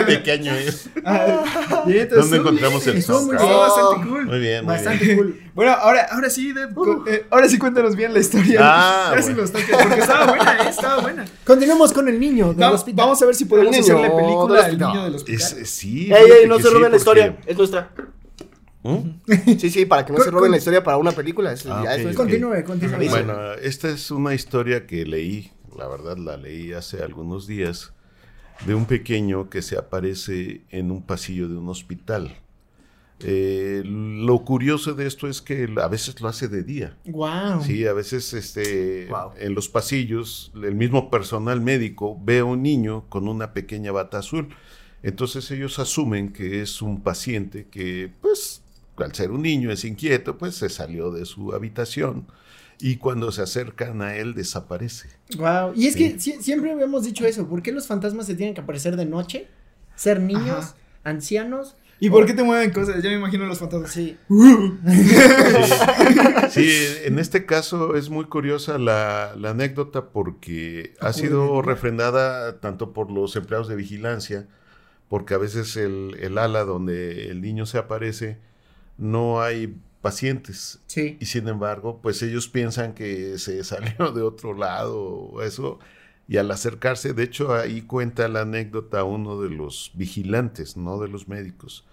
Speaker 2: ¿De qué año es?
Speaker 5: Ah, y entonces,
Speaker 2: ¿Dónde encontramos el
Speaker 3: Estuvo muy
Speaker 2: soundtrack?
Speaker 5: Oh, bastante
Speaker 2: Muy
Speaker 5: cool.
Speaker 2: bien, muy bien.
Speaker 3: Bastante cool.
Speaker 5: Bueno, ahora, ahora sí, de- cu- eh, ahora sí cuéntanos bien la historia.
Speaker 2: Ah,
Speaker 5: ahora sí
Speaker 2: bueno.
Speaker 5: los toques, porque estaba buena, eh, estaba buena.
Speaker 3: Continuamos con el niño. de
Speaker 5: Vamos,
Speaker 3: los-
Speaker 5: vamos a ver si podemos
Speaker 4: El niño
Speaker 5: hacerle
Speaker 4: del
Speaker 5: película al
Speaker 4: hospital.
Speaker 5: niño de los
Speaker 2: Es- sí.
Speaker 4: Ey,
Speaker 2: fíjate
Speaker 4: ey, no
Speaker 2: que
Speaker 4: se
Speaker 2: sí,
Speaker 4: roben
Speaker 2: porque-
Speaker 4: la historia, es nuestra.
Speaker 2: ¿Mm?
Speaker 4: Sí, sí, para que no se roben la historia para una película, es,
Speaker 2: Ah,
Speaker 4: ya,
Speaker 2: ok,
Speaker 4: eso
Speaker 2: ok.
Speaker 4: es-
Speaker 3: Continúe, continúe.
Speaker 2: Bueno, esta es una historia que leí, la verdad la leí hace algunos días, de un pequeño que se aparece en un pasillo de un hospital. Eh, lo curioso de esto es que a veces lo hace de día.
Speaker 3: Wow.
Speaker 2: Sí, a veces este,
Speaker 4: Wow.
Speaker 2: en los pasillos el mismo personal médico ve a un niño con una pequeña bata azul. Entonces ellos asumen que es un paciente que, pues, al ser un niño es inquieto, pues se salió de su habitación y cuando se acercan a él desaparece.
Speaker 3: Wow. Y es
Speaker 2: Sí.
Speaker 3: que sie- siempre habíamos dicho eso. ¿Por qué los fantasmas se tienen que aparecer de noche? Ser niños,
Speaker 5: Ajá.
Speaker 3: ancianos.
Speaker 5: ¿Y por qué te mueven cosas? Ya me imagino los fantasmas.
Speaker 3: Sí.
Speaker 2: Sí, en este caso es muy curiosa la, la anécdota porque ha sido refrendada tanto por los empleados de vigilancia, porque a veces el, el ala donde el niño se aparece no hay pacientes.
Speaker 3: Sí.
Speaker 2: Y sin embargo, pues ellos piensan que se salió de otro lado o eso. Y al acercarse, de hecho ahí cuenta la anécdota uno de los vigilantes, no de los médicos,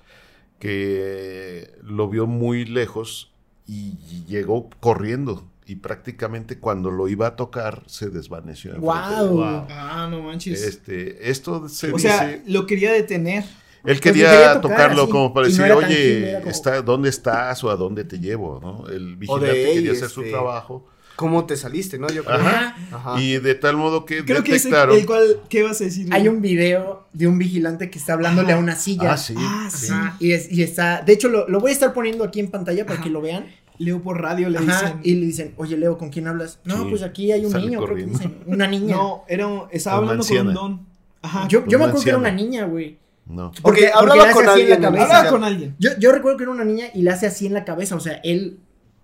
Speaker 2: que lo vio muy lejos y llegó corriendo. Y prácticamente cuando lo iba a tocar, se desvaneció. enfrente de él.
Speaker 3: Wow.
Speaker 5: Ah, no manches.
Speaker 2: Este, esto se
Speaker 5: o sea,
Speaker 2: dice-
Speaker 5: lo quería detener.
Speaker 2: él
Speaker 3: Pues,
Speaker 2: quería,
Speaker 3: quería tocar
Speaker 2: tocarlo
Speaker 3: así,
Speaker 2: como para
Speaker 3: y no
Speaker 2: decir,
Speaker 3: era tangible,
Speaker 2: oye,
Speaker 3: era como-
Speaker 2: está, ¿dónde estás o a dónde te llevo? ¿no? El vigilante
Speaker 4: "Ey,
Speaker 2: quería hacer su
Speaker 4: este,
Speaker 2: trabajo.
Speaker 4: cómo te saliste, ¿no? Yo creo.
Speaker 2: Ajá.
Speaker 4: Ajá.
Speaker 2: Y de tal modo que
Speaker 5: Creo que es el,
Speaker 2: detectaron.
Speaker 5: el cual. ¿Qué vas a decir?
Speaker 3: Hay un video de un vigilante que está hablándole a una silla.
Speaker 2: Ah, sí.
Speaker 5: Ah, sí.
Speaker 3: Ajá, y, es- y está, de hecho lo, lo voy a estar poniendo aquí en pantalla para
Speaker 5: Ajá.
Speaker 3: que lo vean.
Speaker 5: Leo por radio le
Speaker 3: Ajá,
Speaker 5: dicen.
Speaker 3: y le dicen, oye Leo, ¿con quién hablas? No,
Speaker 2: Sí,
Speaker 3: pues aquí hay un
Speaker 2: sale
Speaker 3: niño, creo que
Speaker 2: corriendo.
Speaker 3: dicen, una niña.
Speaker 5: No, era un- estaba
Speaker 2: Una
Speaker 5: hablando
Speaker 2: anciana.
Speaker 5: con un don. Ajá.
Speaker 3: yo yo me
Speaker 2: una
Speaker 3: acuerdo que era una
Speaker 2: anciana.
Speaker 3: niña, güey.
Speaker 2: No.
Speaker 4: Porque
Speaker 3: Porque-
Speaker 4: hablaba
Speaker 3: porque le hace
Speaker 4: con
Speaker 3: así en la
Speaker 4: alguien. ¿no?
Speaker 3: cabeza.
Speaker 5: Hablaba con alguien.
Speaker 3: Yo, yo recuerdo que era una niña y la hace así en la cabeza, o sea, él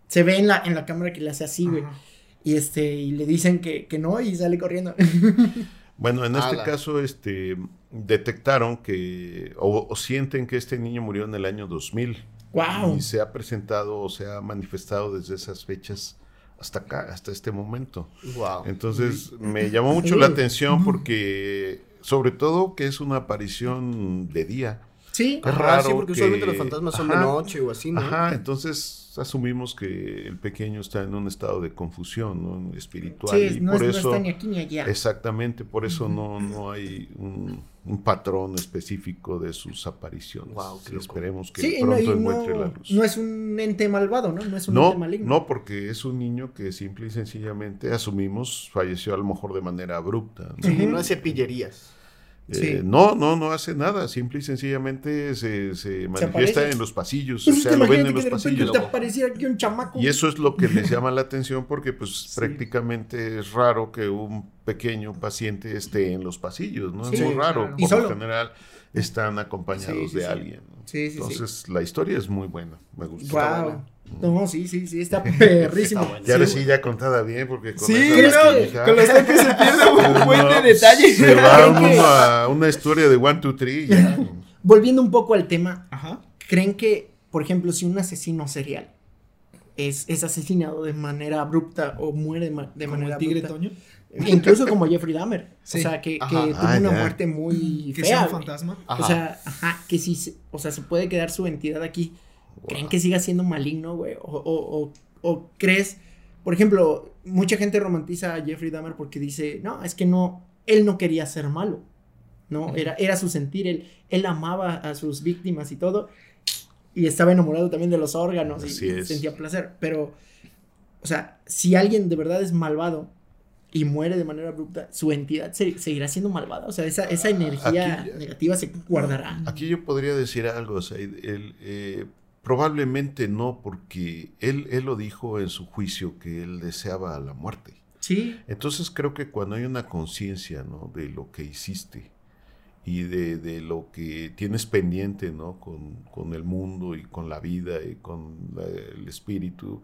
Speaker 3: se ve en la, en la cámara que le hace así, güey.
Speaker 5: Ajá.
Speaker 3: Y este, y le dicen que, que no y sale corriendo.
Speaker 2: Bueno, en este
Speaker 4: Ala.
Speaker 2: caso, este, detectaron que, o, o sienten que este niño murió en el año 2000.
Speaker 3: wow.
Speaker 2: Y se ha presentado o se ha manifestado desde esas fechas hasta acá, hasta este momento.
Speaker 4: Wow.
Speaker 2: Entonces, me llamó mucho la atención porque, sobre todo, que es una aparición de día.
Speaker 3: Sí.
Speaker 2: Es
Speaker 4: Ajá, sí,
Speaker 2: raro
Speaker 4: porque usualmente
Speaker 2: que-
Speaker 4: los fantasmas son de
Speaker 2: Ajá.
Speaker 4: noche o así, ¿no?
Speaker 2: Ajá, entonces asumimos que el pequeño está en un estado de confusión ¿no? espiritual
Speaker 3: Sí,
Speaker 2: y
Speaker 3: no, es-
Speaker 2: por
Speaker 3: no
Speaker 2: eso
Speaker 3: está ni aquí ni allá.
Speaker 2: exactamente por eso no no hay un, un patrón específico de sus apariciones.
Speaker 4: Guau, qué
Speaker 2: Y
Speaker 4: loco.
Speaker 2: esperemos que
Speaker 3: sí, y no,
Speaker 2: pronto
Speaker 3: y no-
Speaker 2: encuentre la luz.
Speaker 3: no es un ente malvado, ¿no? No es un
Speaker 2: No,
Speaker 3: ente maligno.
Speaker 2: no, porque es un niño que simple y sencillamente asumimos falleció a lo mejor de manera abrupta. ¿no?
Speaker 4: Sí, no hace pillerías.
Speaker 2: Eh,
Speaker 3: Sí.
Speaker 2: no, no, no hace nada, simple y sencillamente se, se manifiesta
Speaker 3: aparece.
Speaker 2: en los pasillos,
Speaker 3: Pues
Speaker 2: o
Speaker 3: es que
Speaker 2: sea, lo ven
Speaker 3: imagínate
Speaker 2: en
Speaker 3: que
Speaker 2: los
Speaker 3: de repente
Speaker 2: pasillos.
Speaker 3: te apareciera aquí un chamaco.
Speaker 2: Y eso es lo que les llama la atención porque pues prácticamente es raro que un pequeño paciente esté en los pasillos, ¿no? es
Speaker 3: Sí,
Speaker 2: muy raro,
Speaker 5: claro.
Speaker 3: Y
Speaker 2: por
Speaker 3: solo.
Speaker 2: lo general están acompañados
Speaker 3: Sí, sí,
Speaker 2: de
Speaker 3: sí.
Speaker 2: alguien. ¿no?
Speaker 3: Sí, sí,
Speaker 2: Entonces la historia es muy buena, me
Speaker 3: sí.
Speaker 2: gusta.
Speaker 3: Wow. No, sí, sí, sí, está perrísimo.
Speaker 2: Y ahora sí,
Speaker 3: Sí,
Speaker 2: ya contada bien porque con
Speaker 5: Sí,
Speaker 2: esa
Speaker 5: creo que
Speaker 2: maquinita-
Speaker 5: con los tanques se pierde un buen de
Speaker 2: No,
Speaker 5: detalle.
Speaker 2: Se va
Speaker 3: Creo
Speaker 2: uno
Speaker 3: que-
Speaker 2: a una historia de One, Two, Three. y ya.
Speaker 3: güey. Volviendo un poco al tema,
Speaker 5: Ajá.
Speaker 3: ¿creen que, por ejemplo, si un asesino serial es, es asesinado de manera abrupta o muere de, ma- de
Speaker 5: Como
Speaker 3: manera
Speaker 5: el tigre
Speaker 3: abrupta?
Speaker 5: Toño.
Speaker 3: Incluso como Jeffrey Dahmer.
Speaker 5: Sí.
Speaker 3: O sea, que, que
Speaker 4: Ajá.
Speaker 3: tuvo
Speaker 2: Ah,
Speaker 3: una
Speaker 2: ya.
Speaker 3: muerte muy
Speaker 5: Que sea
Speaker 3: fea.
Speaker 5: un
Speaker 3: güey.
Speaker 5: fantasma.
Speaker 4: Ajá.
Speaker 3: O sea, ajá, que si, se- o sea, se puede quedar su entidad aquí. ¿Creen que siga siendo maligno, güey? O, o- o- o crees, por ejemplo, mucha gente romantiza a Jeffrey Dahmer porque dice, no, es que no, él no quería ser malo, ¿no? Era, era su sentir, él, él amaba a sus víctimas y todo, y estaba enamorado también de los órganos y
Speaker 2: Así es.
Speaker 3: sentía placer, pero, o sea, si alguien de verdad es malvado y muere de manera abrupta, su entidad se- seguirá siendo malvada, o sea, esa, esa energía
Speaker 2: Ah, Aquí ya-
Speaker 3: negativa se guardará.
Speaker 2: Aquí yo podría decir algo, Said. Él, eh, probablemente no, porque él, él lo dijo en su juicio que él deseaba la muerte.
Speaker 3: Sí,
Speaker 2: Entonces creo que cuando hay una conciencia ¿no? de lo que hiciste y de, de lo que tienes pendiente ¿no? con, con el mundo y con la vida y con la- el espíritu,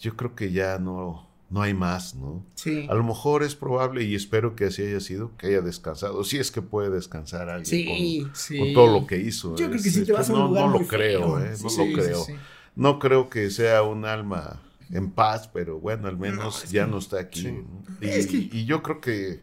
Speaker 2: yo creo que ya no, no hay más, ¿no?
Speaker 3: sí.
Speaker 2: A lo mejor es probable y espero que así haya sido, que haya descansado, si es que puede descansar alguien con-
Speaker 3: Sí.
Speaker 5: Sí.
Speaker 2: con todo lo que hizo.
Speaker 3: Yo creo que
Speaker 2: este,
Speaker 3: si te vas a un
Speaker 2: no,
Speaker 3: lugar
Speaker 2: no
Speaker 3: muy
Speaker 2: lo creo,
Speaker 3: feo,
Speaker 2: eh, no
Speaker 5: Sí, sí,
Speaker 2: lo creo.
Speaker 5: sí.
Speaker 2: No creo que sea un alma en paz, pero bueno, al menos
Speaker 3: No, es
Speaker 2: ya
Speaker 3: que-
Speaker 2: no está aquí.
Speaker 4: Sí.
Speaker 2: ¿no? Y,
Speaker 5: Es que-
Speaker 2: y yo creo que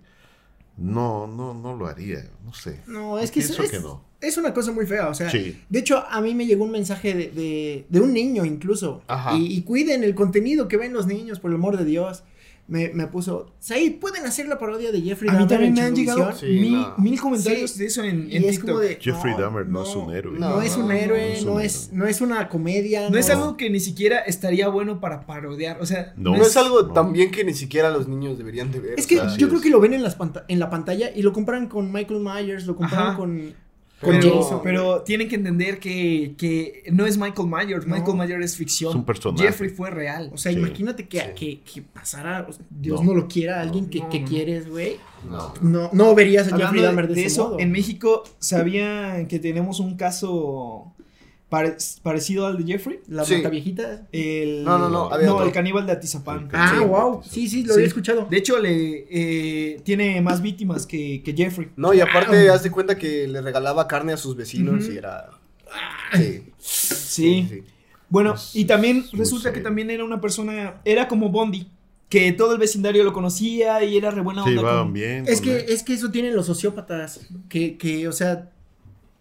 Speaker 2: no, no, no lo haría, no sé.
Speaker 3: No, es que, es,
Speaker 2: Pienso
Speaker 3: es-
Speaker 2: que no.
Speaker 3: es una cosa muy fea, o sea.
Speaker 2: Sí.
Speaker 3: De hecho, a mí me llegó un mensaje de, de- de un niño incluso.
Speaker 4: Ajá.
Speaker 3: Y, y cuiden el contenido que ven los niños, por el amor de Dios. Me, me puso, Said, ¿pueden hacer la parodia de Jeffrey
Speaker 5: A mí
Speaker 3: Dahmer
Speaker 5: también
Speaker 3: en
Speaker 5: me han
Speaker 3: Chilevisión?"
Speaker 5: llegado
Speaker 4: Sí,
Speaker 5: mil,
Speaker 4: no.
Speaker 5: mil comentarios
Speaker 3: Sí.
Speaker 5: de eso en,
Speaker 3: Y
Speaker 5: en
Speaker 3: es
Speaker 5: TikTok.
Speaker 3: como de,
Speaker 2: Jeffrey
Speaker 3: no,
Speaker 2: Dahmer no, es un héroe.
Speaker 3: No,
Speaker 4: No,
Speaker 3: es un
Speaker 4: no,
Speaker 3: héroe,
Speaker 2: es
Speaker 3: no,
Speaker 2: un
Speaker 3: es,
Speaker 2: héroe.
Speaker 3: no es una comedia.
Speaker 5: No es algo que ni siquiera estaría bueno para parodiar. O sea,
Speaker 2: No.
Speaker 4: No, es algo
Speaker 2: no.
Speaker 4: tan bien que ni siquiera los niños deberían de ver.
Speaker 3: Es que
Speaker 2: Así
Speaker 3: yo creo
Speaker 2: es.
Speaker 3: que lo ven en, las panta- en la pantalla y lo comparan con Michael Myers, lo comparan
Speaker 5: Ajá.
Speaker 3: con...
Speaker 5: pero,
Speaker 3: con
Speaker 5: pero,
Speaker 3: Jason.
Speaker 5: tienen que entender que, que no es Michael Myers.
Speaker 3: No.
Speaker 5: Michael Myers es ficción.
Speaker 2: Es un personaje.
Speaker 5: Jeffrey fue real.
Speaker 3: O sea,
Speaker 2: Sí,
Speaker 3: imagínate que,
Speaker 4: sí.
Speaker 3: que, que pasara, o sea, Dios no,
Speaker 2: No.
Speaker 3: lo quiera, alguien que,
Speaker 5: No,
Speaker 3: que
Speaker 5: no, no.
Speaker 3: quieres, güey.
Speaker 4: No.
Speaker 3: No, no verías a Jeffrey
Speaker 5: Hablando de,
Speaker 3: Dahmer de,
Speaker 5: de
Speaker 3: ese
Speaker 5: eso,
Speaker 3: modo.
Speaker 5: en México sabían que tenemos un caso pare- parecido al de Jeffrey.
Speaker 3: La
Speaker 4: Sí.
Speaker 3: mata viejita.
Speaker 5: El,
Speaker 4: No, no, no, había otro.
Speaker 5: el caníbal de Atizapán.
Speaker 2: El
Speaker 3: Ah,
Speaker 2: Sí.
Speaker 3: wow. Sí, sí, lo
Speaker 5: Sí.
Speaker 3: había escuchado.
Speaker 5: De hecho, le eh, tiene más víctimas que, que Jeffrey.
Speaker 4: No, y aparte, haz de cuenta que le regalaba carne a sus vecinos
Speaker 3: Ujú.
Speaker 4: y era. Sí.
Speaker 5: Sí.
Speaker 4: sí. Pues
Speaker 5: Bueno,
Speaker 2: Es-
Speaker 5: y también
Speaker 2: es muy
Speaker 5: resulta que
Speaker 2: serio.
Speaker 5: también era una persona, era como Bondi, que todo el vecindario lo conocía y era re buena
Speaker 2: Se
Speaker 5: onda.
Speaker 2: llevaban
Speaker 5: con-
Speaker 2: bien.
Speaker 3: Es
Speaker 2: con
Speaker 3: que,
Speaker 2: él.
Speaker 3: es que eso tienen los sociópatas. Que, que, o sea,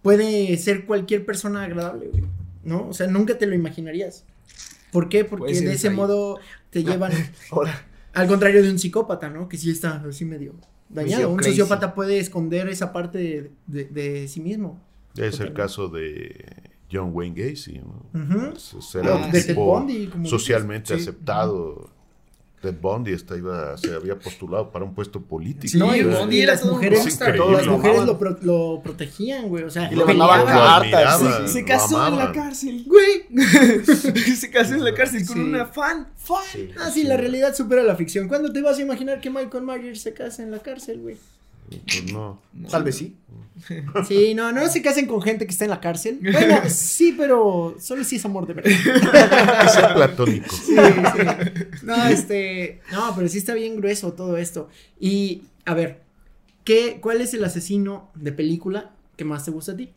Speaker 3: puede ser cualquier persona agradable, güey. ¿No? O sea, nunca te lo imaginarías. ¿Por qué? Porque
Speaker 5: Puede ser
Speaker 3: de ese
Speaker 5: ahí.
Speaker 3: modo te llevan.
Speaker 4: Ahora,
Speaker 3: Al contrario de un psicópata, ¿no? Que sí está así medio dañado.
Speaker 4: Medio
Speaker 3: un
Speaker 4: crazy.
Speaker 3: sociópata puede esconder esa parte de, de- de sí mismo.
Speaker 2: Es el caso de John Wayne Gacy. ¿no?
Speaker 3: Ujú.
Speaker 2: Pues, Era
Speaker 3: O
Speaker 2: un
Speaker 5: Ah,
Speaker 3: de Ted
Speaker 2: tipo
Speaker 3: Bundy, como dices.
Speaker 2: socialmente
Speaker 5: Sí.
Speaker 2: aceptado. Ted Bundy esta iba, se había postulado para un puesto político.
Speaker 5: Sí,
Speaker 3: No, y,
Speaker 5: el
Speaker 2: ¿verdad?
Speaker 5: Bundy
Speaker 3: y
Speaker 5: era
Speaker 3: las
Speaker 5: todo un
Speaker 3: mujeres,
Speaker 2: rockstar,
Speaker 3: las
Speaker 2: todos lo
Speaker 3: mujeres
Speaker 2: amaban.
Speaker 3: lo, pro- lo protegían, güey. O sea,
Speaker 4: Y le
Speaker 3: peleaban.
Speaker 4: mandaban
Speaker 2: Lo
Speaker 4: cartas,
Speaker 2: admiraban,
Speaker 5: Se
Speaker 2: lo
Speaker 5: casó en la
Speaker 2: amaban.
Speaker 5: cárcel, güey. se casó en la cárcel con
Speaker 3: Sí.
Speaker 5: una fan. Fan.
Speaker 2: Sí,
Speaker 3: Ah, sí, la realidad supera la ficción. ¿Cuándo te vas a imaginar que Michael Myers se casa en la cárcel, güey?
Speaker 2: pues no.
Speaker 4: Tal vez sí.
Speaker 3: Sí, no, no se casen con gente que está en la cárcel. Bueno, sí, pero solo si es amor de verdad.
Speaker 2: Que sea platónico.
Speaker 3: Sí, sí. No, este, no, pero sí está bien grueso todo esto. Y a ver, ¿qué cuál es el asesino de película que más te gusta a ti?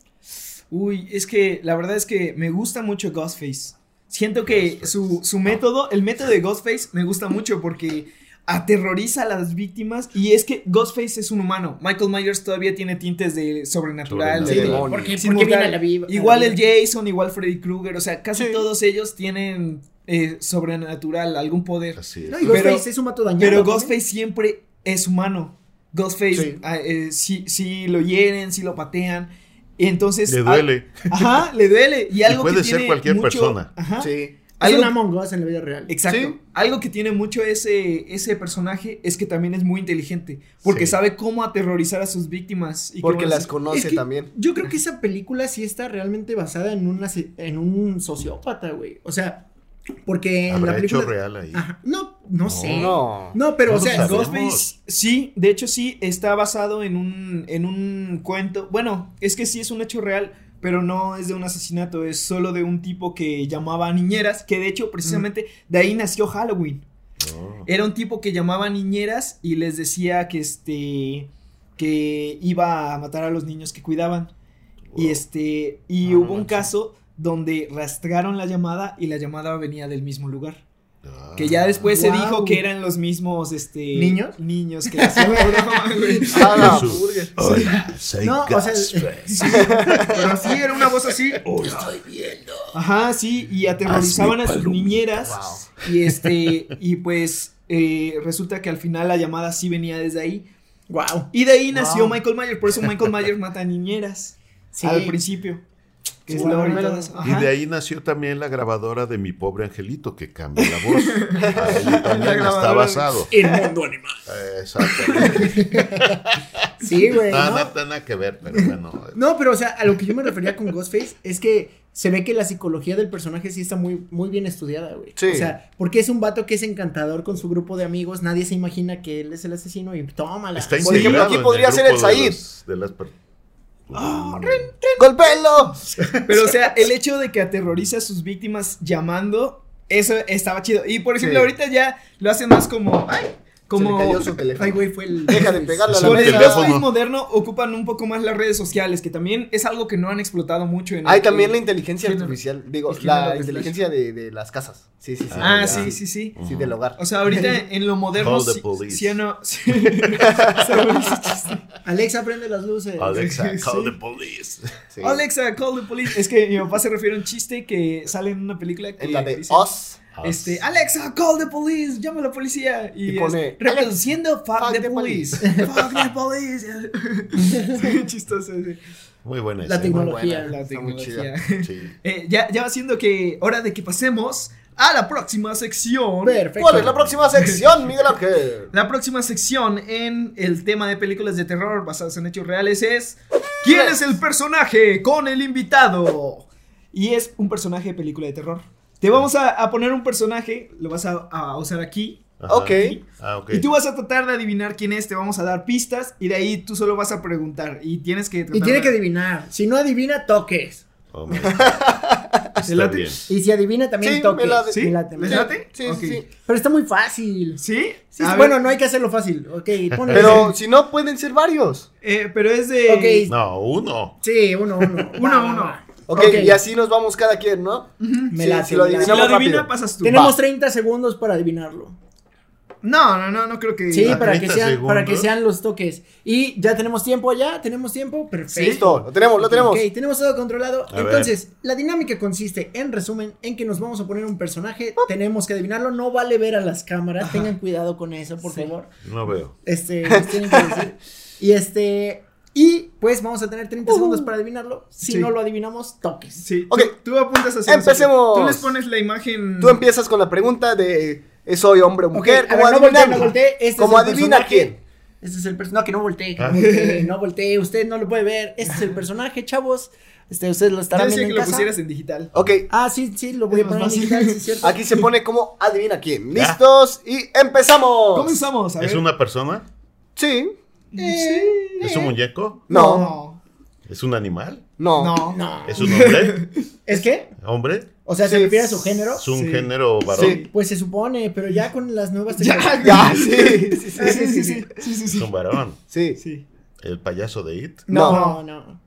Speaker 5: Uy, es que la verdad es que me gusta mucho Ghostface. Siento que
Speaker 2: Ghostface.
Speaker 5: su, su método, el método de Ghostface me gusta mucho porque aterroriza a las víctimas y es que Ghostface es un humano. Michael Myers todavía tiene tintes de sobrenatural, de
Speaker 2: Sí,
Speaker 5: demonio.
Speaker 4: demonio.
Speaker 3: porque
Speaker 5: Sí,
Speaker 3: porque
Speaker 5: mortal.
Speaker 3: viene a la viva.
Speaker 5: Igual
Speaker 3: a la
Speaker 5: el
Speaker 3: vida.
Speaker 5: Jason, igual Freddy Krueger, o sea, casi
Speaker 4: Sí.
Speaker 5: todos ellos tienen eh, sobrenatural, algún poder.
Speaker 2: Así es.
Speaker 3: No, y
Speaker 5: Pero-
Speaker 3: Ghostface es un mato dañado.
Speaker 5: Pero
Speaker 3: ¿no?
Speaker 5: Ghostface siempre es humano. Ghostface,
Speaker 4: Sí.
Speaker 5: ah, eh, si, si lo hieren, si lo patean. Entonces.
Speaker 2: Le
Speaker 5: ah,
Speaker 2: duele.
Speaker 5: ajá, le duele. Y algo
Speaker 2: puede
Speaker 5: que
Speaker 2: ser
Speaker 5: tiene
Speaker 2: cualquier
Speaker 5: mucho-
Speaker 2: persona.
Speaker 5: Ajá.
Speaker 4: Sí.
Speaker 3: Es
Speaker 5: Algo
Speaker 3: un Among Us en la vida real.
Speaker 5: Exacto.
Speaker 4: Sí.
Speaker 5: Algo que tiene mucho ese, ese personaje es que también es muy inteligente. Porque
Speaker 2: Sí.
Speaker 5: sabe cómo aterrorizar a sus víctimas. Y
Speaker 4: Porque
Speaker 5: cómo
Speaker 4: las
Speaker 5: hacer-
Speaker 4: conoce
Speaker 3: Es que-
Speaker 4: también.
Speaker 3: Yo creo que esa película sí está realmente basada en, una, se- en un sociópata, güey. O sea, porque en la
Speaker 2: Habrá
Speaker 3: película...
Speaker 2: hecho real ahí.
Speaker 3: Ajá. No, no,
Speaker 2: No.
Speaker 3: sé.
Speaker 4: No.
Speaker 3: Eh, No, pero,
Speaker 2: No
Speaker 3: o
Speaker 2: lo
Speaker 3: sea,
Speaker 2: sabemos.
Speaker 3: Ghost-
Speaker 5: Ghostface, sí, de hecho sí, está basado en un, en un cuento. Bueno, es que sí es un hecho real, pero no es de un asesinato, es solo de un tipo que llamaba a niñeras, que de hecho precisamente de ahí nació Halloween.
Speaker 2: No.
Speaker 5: Era un tipo que llamaba a niñeras y les decía que este que iba a matar a los niños que cuidaban. Y
Speaker 2: Wow.
Speaker 5: este y
Speaker 2: No, no
Speaker 5: hubo un
Speaker 2: manches.
Speaker 5: caso donde rastrearon la llamada y la llamada venía del mismo lugar.
Speaker 2: Ah.
Speaker 5: Que ya después se
Speaker 3: Guau.
Speaker 5: dijo que eran los mismos, este...
Speaker 3: ¿Niños?
Speaker 5: Niños que hacían la broma, güey.
Speaker 4: Ah, la
Speaker 2: Jesús.
Speaker 4: burger.
Speaker 2: Hola, soy
Speaker 3: No, o sea,
Speaker 2: Ghostface.
Speaker 5: Pero sí, era una voz así.
Speaker 2: estoy viendo.
Speaker 5: Ajá, sí, y
Speaker 2: Ah,
Speaker 5: aterrorizaban a
Speaker 2: Hazme
Speaker 5: sus
Speaker 2: palomita.
Speaker 5: niñeras.
Speaker 4: Wow.
Speaker 5: Y este... Y pues... eh, resulta que al final la llamada sí venía desde ahí.
Speaker 3: Wow.
Speaker 5: Y de ahí
Speaker 4: Wow.
Speaker 5: nació Michael Myers. Por eso Michael Myers mata a niñeras.
Speaker 3: Sí.
Speaker 5: Al principio. Que es
Speaker 3: Wow.
Speaker 5: la verdad. Ajá.
Speaker 2: Y de ahí nació también la grabadora de mi pobre angelito, que cambia la voz. Ahí también está
Speaker 5: grabadora.
Speaker 2: basado.
Speaker 3: El mundo animal.
Speaker 2: Eh, Exactamente.
Speaker 3: Sí, güey.
Speaker 2: Nada,
Speaker 3: ¿no?
Speaker 2: nada, nada que ver, pero bueno.
Speaker 3: No, pero o sea, a lo que yo me refería con Ghostface es que se ve que la psicología del personaje sí está muy, muy bien estudiada, güey.
Speaker 4: Sí.
Speaker 3: O sea, porque es un vato que es encantador con su grupo de amigos, nadie se imagina que él es el asesino y tómala.
Speaker 2: Está
Speaker 4: Por ejemplo,
Speaker 2: integrado
Speaker 4: aquí
Speaker 2: en
Speaker 4: podría ser
Speaker 2: grupo de
Speaker 4: el Said.
Speaker 2: las- De las, per-
Speaker 5: Ah,
Speaker 4: ¡Golpéenlo!
Speaker 5: Pero, o sea, el hecho de que aterroriza a sus víctimas llamando, eso estaba chido. Y, por ejemplo,
Speaker 4: Sí.
Speaker 5: ahorita ya lo hacen más como, ay, como...
Speaker 4: Se le cayó su teléfono.
Speaker 3: Ay, güey, fue el...
Speaker 4: Deja de pegarle a la
Speaker 5: Con el
Speaker 2: Su
Speaker 4: mesa.
Speaker 2: teléfono.
Speaker 5: Ghostface moderno ocupan un poco más las redes sociales, que también es algo que no han explotado mucho en...
Speaker 4: Hay
Speaker 5: el-
Speaker 4: también la inteligencia
Speaker 5: Género.
Speaker 4: artificial. Digo,
Speaker 5: El género
Speaker 4: la
Speaker 5: de
Speaker 4: inteligencia de, de las casas. Sí, sí, sí.
Speaker 5: Ah,
Speaker 2: Ah,
Speaker 5: sí,
Speaker 2: ya.
Speaker 5: sí, sí.
Speaker 4: Sí, del hogar.
Speaker 5: O sea, ahorita en lo moderno...
Speaker 2: Call the
Speaker 5: sí-
Speaker 2: police.
Speaker 5: sí, no- sí. Alexa,
Speaker 3: Alexa, prende las luces.
Speaker 2: Alexa,
Speaker 5: Sí.
Speaker 2: call the police.
Speaker 4: Sí.
Speaker 5: Alexa, call the police. Es que mi papá se refiere a un chiste que sale en una película que
Speaker 4: En la de
Speaker 5: dice-
Speaker 4: Oz.
Speaker 2: Ah,
Speaker 5: Este, Alexa, call the police, llama a la policía. Y,
Speaker 4: Y pone,
Speaker 5: es, reproduciendo fuck,
Speaker 4: fuck
Speaker 5: the,
Speaker 4: the
Speaker 5: police.
Speaker 4: police.
Speaker 5: fuck the police. sí, chistoso. sí.
Speaker 2: Muy buena
Speaker 3: La
Speaker 2: escena.
Speaker 3: tecnología.
Speaker 5: La
Speaker 4: Está muy
Speaker 5: tecnología.
Speaker 2: Sí.
Speaker 5: Eh, ya, ya va siendo que hora de que pasemos a la próxima sección.
Speaker 3: Perfecto.
Speaker 4: ¿Cuál es la próxima sección, Miguel Ángel?
Speaker 5: La próxima sección en el tema de películas de terror basadas en hechos reales es ¿Quién es el personaje con el invitado? Y es un personaje de película de terror. Te vamos a, a poner un personaje, lo vas a- a usar aquí,
Speaker 2: Ajá.
Speaker 4: Ok.
Speaker 2: Ah, ok.
Speaker 5: Y tú vas a tratar de adivinar quién es, te vamos a dar pistas y de ahí tú solo vas a preguntar y tienes que
Speaker 3: Y tiene que
Speaker 5: adivinar.
Speaker 3: adivinar. Si no adivina, toques.
Speaker 2: Oh, my God. Está
Speaker 5: late?
Speaker 2: bien.
Speaker 3: Y si adivina, también
Speaker 4: Sí,
Speaker 3: toques.
Speaker 4: me la de-
Speaker 5: ¿Sí?
Speaker 3: me
Speaker 5: ¿Les
Speaker 3: late.
Speaker 5: late?
Speaker 4: Sí, sí,
Speaker 5: Ok.
Speaker 4: sí.
Speaker 3: Pero está muy fácil.
Speaker 5: ¿Sí?
Speaker 3: Sí,
Speaker 5: A
Speaker 3: sí,
Speaker 5: ver,
Speaker 3: bueno, no hay que hacerlo fácil. Ok, ponle.
Speaker 4: Pero si no, pueden ser varios.
Speaker 5: eh, pero es de...
Speaker 3: Ok.
Speaker 2: No, uno.
Speaker 3: Sí, uno, uno.
Speaker 5: Uno,
Speaker 3: Va, va,
Speaker 5: uno.
Speaker 3: va.
Speaker 4: Ok,
Speaker 3: Ok.
Speaker 4: y así nos vamos cada quien, ¿no?
Speaker 5: Ujú.
Speaker 3: Me
Speaker 4: Sí,
Speaker 3: late,
Speaker 4: si lo
Speaker 3: me late.
Speaker 5: Si lo
Speaker 4: adivinamos
Speaker 5: adivina,
Speaker 4: rápido.
Speaker 5: pasas tú.
Speaker 3: Tenemos 30 segundos para adivinarlo.
Speaker 5: No, no, no, no creo que...
Speaker 3: Sí,
Speaker 2: Ah,
Speaker 3: para que,
Speaker 2: 30
Speaker 3: sean, para que
Speaker 2: segundos.
Speaker 3: sean los toques. Y ya tenemos tiempo, ya tenemos tiempo. Perfecto.
Speaker 4: Listo, lo tenemos, lo tenemos.
Speaker 3: Ok, tenemos todo controlado.
Speaker 2: A
Speaker 3: Entonces, la dinámica consiste, en resumen, en que nos vamos a poner un personaje. Tenemos que adivinarlo. No vale ver a las cámaras. Tengan cuidado con eso, por
Speaker 5: Sí.
Speaker 3: favor.
Speaker 2: No veo.
Speaker 3: Este, nos tienen que decir. Y este. Y pues vamos a tener 30 segundos para adivinarlo. Si
Speaker 5: Sí.
Speaker 3: no lo adivinamos, toques.
Speaker 5: Sí.
Speaker 4: Ok.
Speaker 5: Tú, tú apuntas hacia...
Speaker 4: Empecemos.
Speaker 5: Tú les pones la imagen...
Speaker 4: Tú empiezas con la pregunta de es soy hombre o
Speaker 3: Ok,
Speaker 4: mujer,
Speaker 3: a
Speaker 4: como
Speaker 3: ver, no
Speaker 4: adivina,
Speaker 3: voltee, no voltee, este es
Speaker 4: como
Speaker 3: el
Speaker 4: adivina
Speaker 3: personaje.
Speaker 4: quién.
Speaker 3: Este es el personaje. No, que no voltee, que
Speaker 2: Ah.
Speaker 3: no voltee, no voltee, usted no lo puede ver. Este es el personaje, chavos. Este, ustedes lo
Speaker 5: Yo
Speaker 3: estarán
Speaker 5: decía que
Speaker 3: viendo en
Speaker 5: lo
Speaker 3: casa.
Speaker 5: pusieras en digital.
Speaker 4: Ok,
Speaker 3: Ah, sí, sí, lo voy
Speaker 5: Es
Speaker 3: a
Speaker 5: más
Speaker 3: poner en
Speaker 5: fácil.
Speaker 3: digital, sí, es cierto.
Speaker 4: aquí se pone como adivina quién.
Speaker 2: Ya.
Speaker 4: ¿Listos? Y empezamos.
Speaker 5: Comenzamos, a ver.
Speaker 2: ¿Es una persona?
Speaker 4: Sí.
Speaker 5: Eh,
Speaker 2: ¿Es un muñeco?
Speaker 4: No.
Speaker 2: ¿Es un animal?
Speaker 4: No.
Speaker 5: No.
Speaker 3: No.
Speaker 2: ¿Es un hombre?
Speaker 3: ¿Es que?
Speaker 2: ¿Hombre?
Speaker 3: O sea, ¿se
Speaker 4: Sí.
Speaker 3: refiere a su género?
Speaker 2: ¿Es un
Speaker 5: Sí.
Speaker 2: género varón?
Speaker 4: Sí.
Speaker 3: Pues se supone, pero ya con las nuevas
Speaker 5: Ya,
Speaker 3: tecnologías-
Speaker 4: Ya, sí. Sí, sí,
Speaker 5: Sí, sí, sí, sí, sí, sí,
Speaker 2: ¿Es
Speaker 5: sí.
Speaker 2: un varón?
Speaker 4: sí.
Speaker 5: Sí.
Speaker 2: ¿El payaso de It?
Speaker 3: No, no.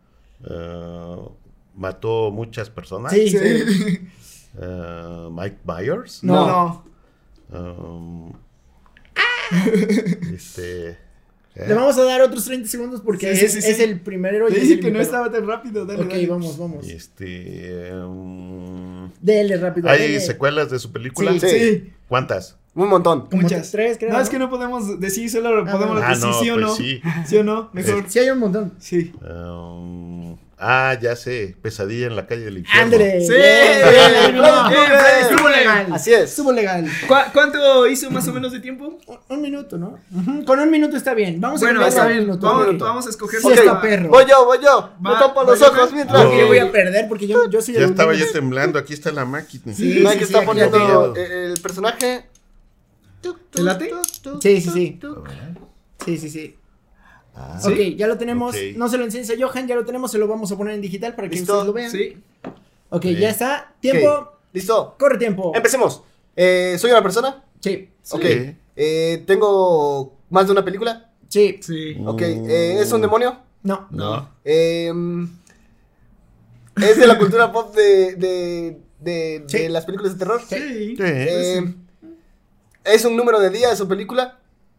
Speaker 2: Eh, ¿Mató muchas personas?
Speaker 3: Sí, sí.
Speaker 2: Eh, ¿Mike Myers?
Speaker 5: No,
Speaker 4: No.
Speaker 5: no.
Speaker 2: Um, este. ¿eh?
Speaker 3: Le vamos a dar otros 30 segundos porque
Speaker 5: Sí, sí,
Speaker 3: es,
Speaker 5: sí, sí.
Speaker 3: es el primero. y
Speaker 5: Te
Speaker 3: es
Speaker 5: dije
Speaker 3: el
Speaker 5: que no
Speaker 3: invitado.
Speaker 5: estaba tan rápido. Dale,
Speaker 3: Ok,
Speaker 5: dale.
Speaker 3: vamos, vamos.
Speaker 2: Este. um,
Speaker 3: Dele rápido.
Speaker 2: ¿Hay
Speaker 3: dele.
Speaker 2: secuelas de su película?
Speaker 4: Sí.
Speaker 5: Sí.
Speaker 2: ¿Cuántas?
Speaker 4: Un montón.
Speaker 3: Como
Speaker 5: Muchas.
Speaker 3: Tres, creo.
Speaker 5: No, es que no podemos decir, solo podemos
Speaker 3: no.
Speaker 5: lo que
Speaker 2: Ah,
Speaker 5: sí,
Speaker 2: no,
Speaker 5: sí o
Speaker 2: pues
Speaker 5: no.
Speaker 2: sí.
Speaker 5: Sí o no, mejor.
Speaker 3: Sí, hay un montón.
Speaker 5: Sí.
Speaker 2: Um, ah, ya sé. Pesadilla en la calle del infierno.
Speaker 3: André.
Speaker 5: Sí.
Speaker 3: bien, bien,
Speaker 4: Bravo,
Speaker 3: bien,
Speaker 5: bien,
Speaker 3: bien,
Speaker 5: bien.
Speaker 3: Estuvo legal.
Speaker 4: Así es.
Speaker 3: Estuvo legal.
Speaker 5: ¿Cuá- ¿Cuánto hizo más o menos de tiempo?
Speaker 3: Un, un minuto, ¿no? Ujú, Con un minuto está bien. Vamos
Speaker 5: Bueno,
Speaker 3: a
Speaker 5: está
Speaker 3: cambiarlo a
Speaker 5: bien.
Speaker 3: un minuto,
Speaker 5: Vamos,
Speaker 3: ok.
Speaker 5: vamos a escoger.
Speaker 3: Sí,
Speaker 5: Ok.
Speaker 3: está perro.
Speaker 4: Voy yo, voy yo. Me
Speaker 5: Va-
Speaker 4: tapo los
Speaker 5: va-
Speaker 4: ojos
Speaker 5: va-
Speaker 4: mientras.
Speaker 3: Porque
Speaker 2: Oh.
Speaker 3: voy a perder porque yo, yo soy
Speaker 2: Ya
Speaker 3: el
Speaker 2: estaba
Speaker 3: último.
Speaker 2: ya temblando. Aquí está la máquina.
Speaker 3: Sí.
Speaker 4: Mike está
Speaker 3: aquí lo
Speaker 4: poniendo
Speaker 2: veo.
Speaker 4: eh, el personaje.
Speaker 5: ¿Te late?
Speaker 3: Sí, sí, sí.
Speaker 2: A ver.
Speaker 3: Sí, sí, sí.
Speaker 2: Ah,
Speaker 3: Ok, ya lo tenemos.
Speaker 2: Ok.
Speaker 3: No se lo enseñes a Johan, ya lo tenemos. Se lo vamos a poner en digital para que
Speaker 4: ¿Listo?
Speaker 3: ustedes lo vean.
Speaker 5: Sí.
Speaker 3: Ok,
Speaker 2: Sí.
Speaker 3: ya está. Tiempo.
Speaker 4: Ok, Listo.
Speaker 3: Corre tiempo.
Speaker 4: Oh. Empecemos. Eh, ¿Soy una persona?
Speaker 3: Sí.
Speaker 4: Ok.
Speaker 2: Sí.
Speaker 4: Eh, ¿Tengo más de una película?
Speaker 3: Sí.
Speaker 5: Sí.
Speaker 4: Ok.
Speaker 2: Mm.
Speaker 4: Eh, ¿Es un demonio?
Speaker 3: No.
Speaker 2: No.
Speaker 4: Eh, ¿Es de la cultura pop de, de, de,
Speaker 3: Sí.
Speaker 4: de las películas de terror?
Speaker 5: Sí.
Speaker 2: Sí.
Speaker 4: Eh, ¿Es un número de día de su película?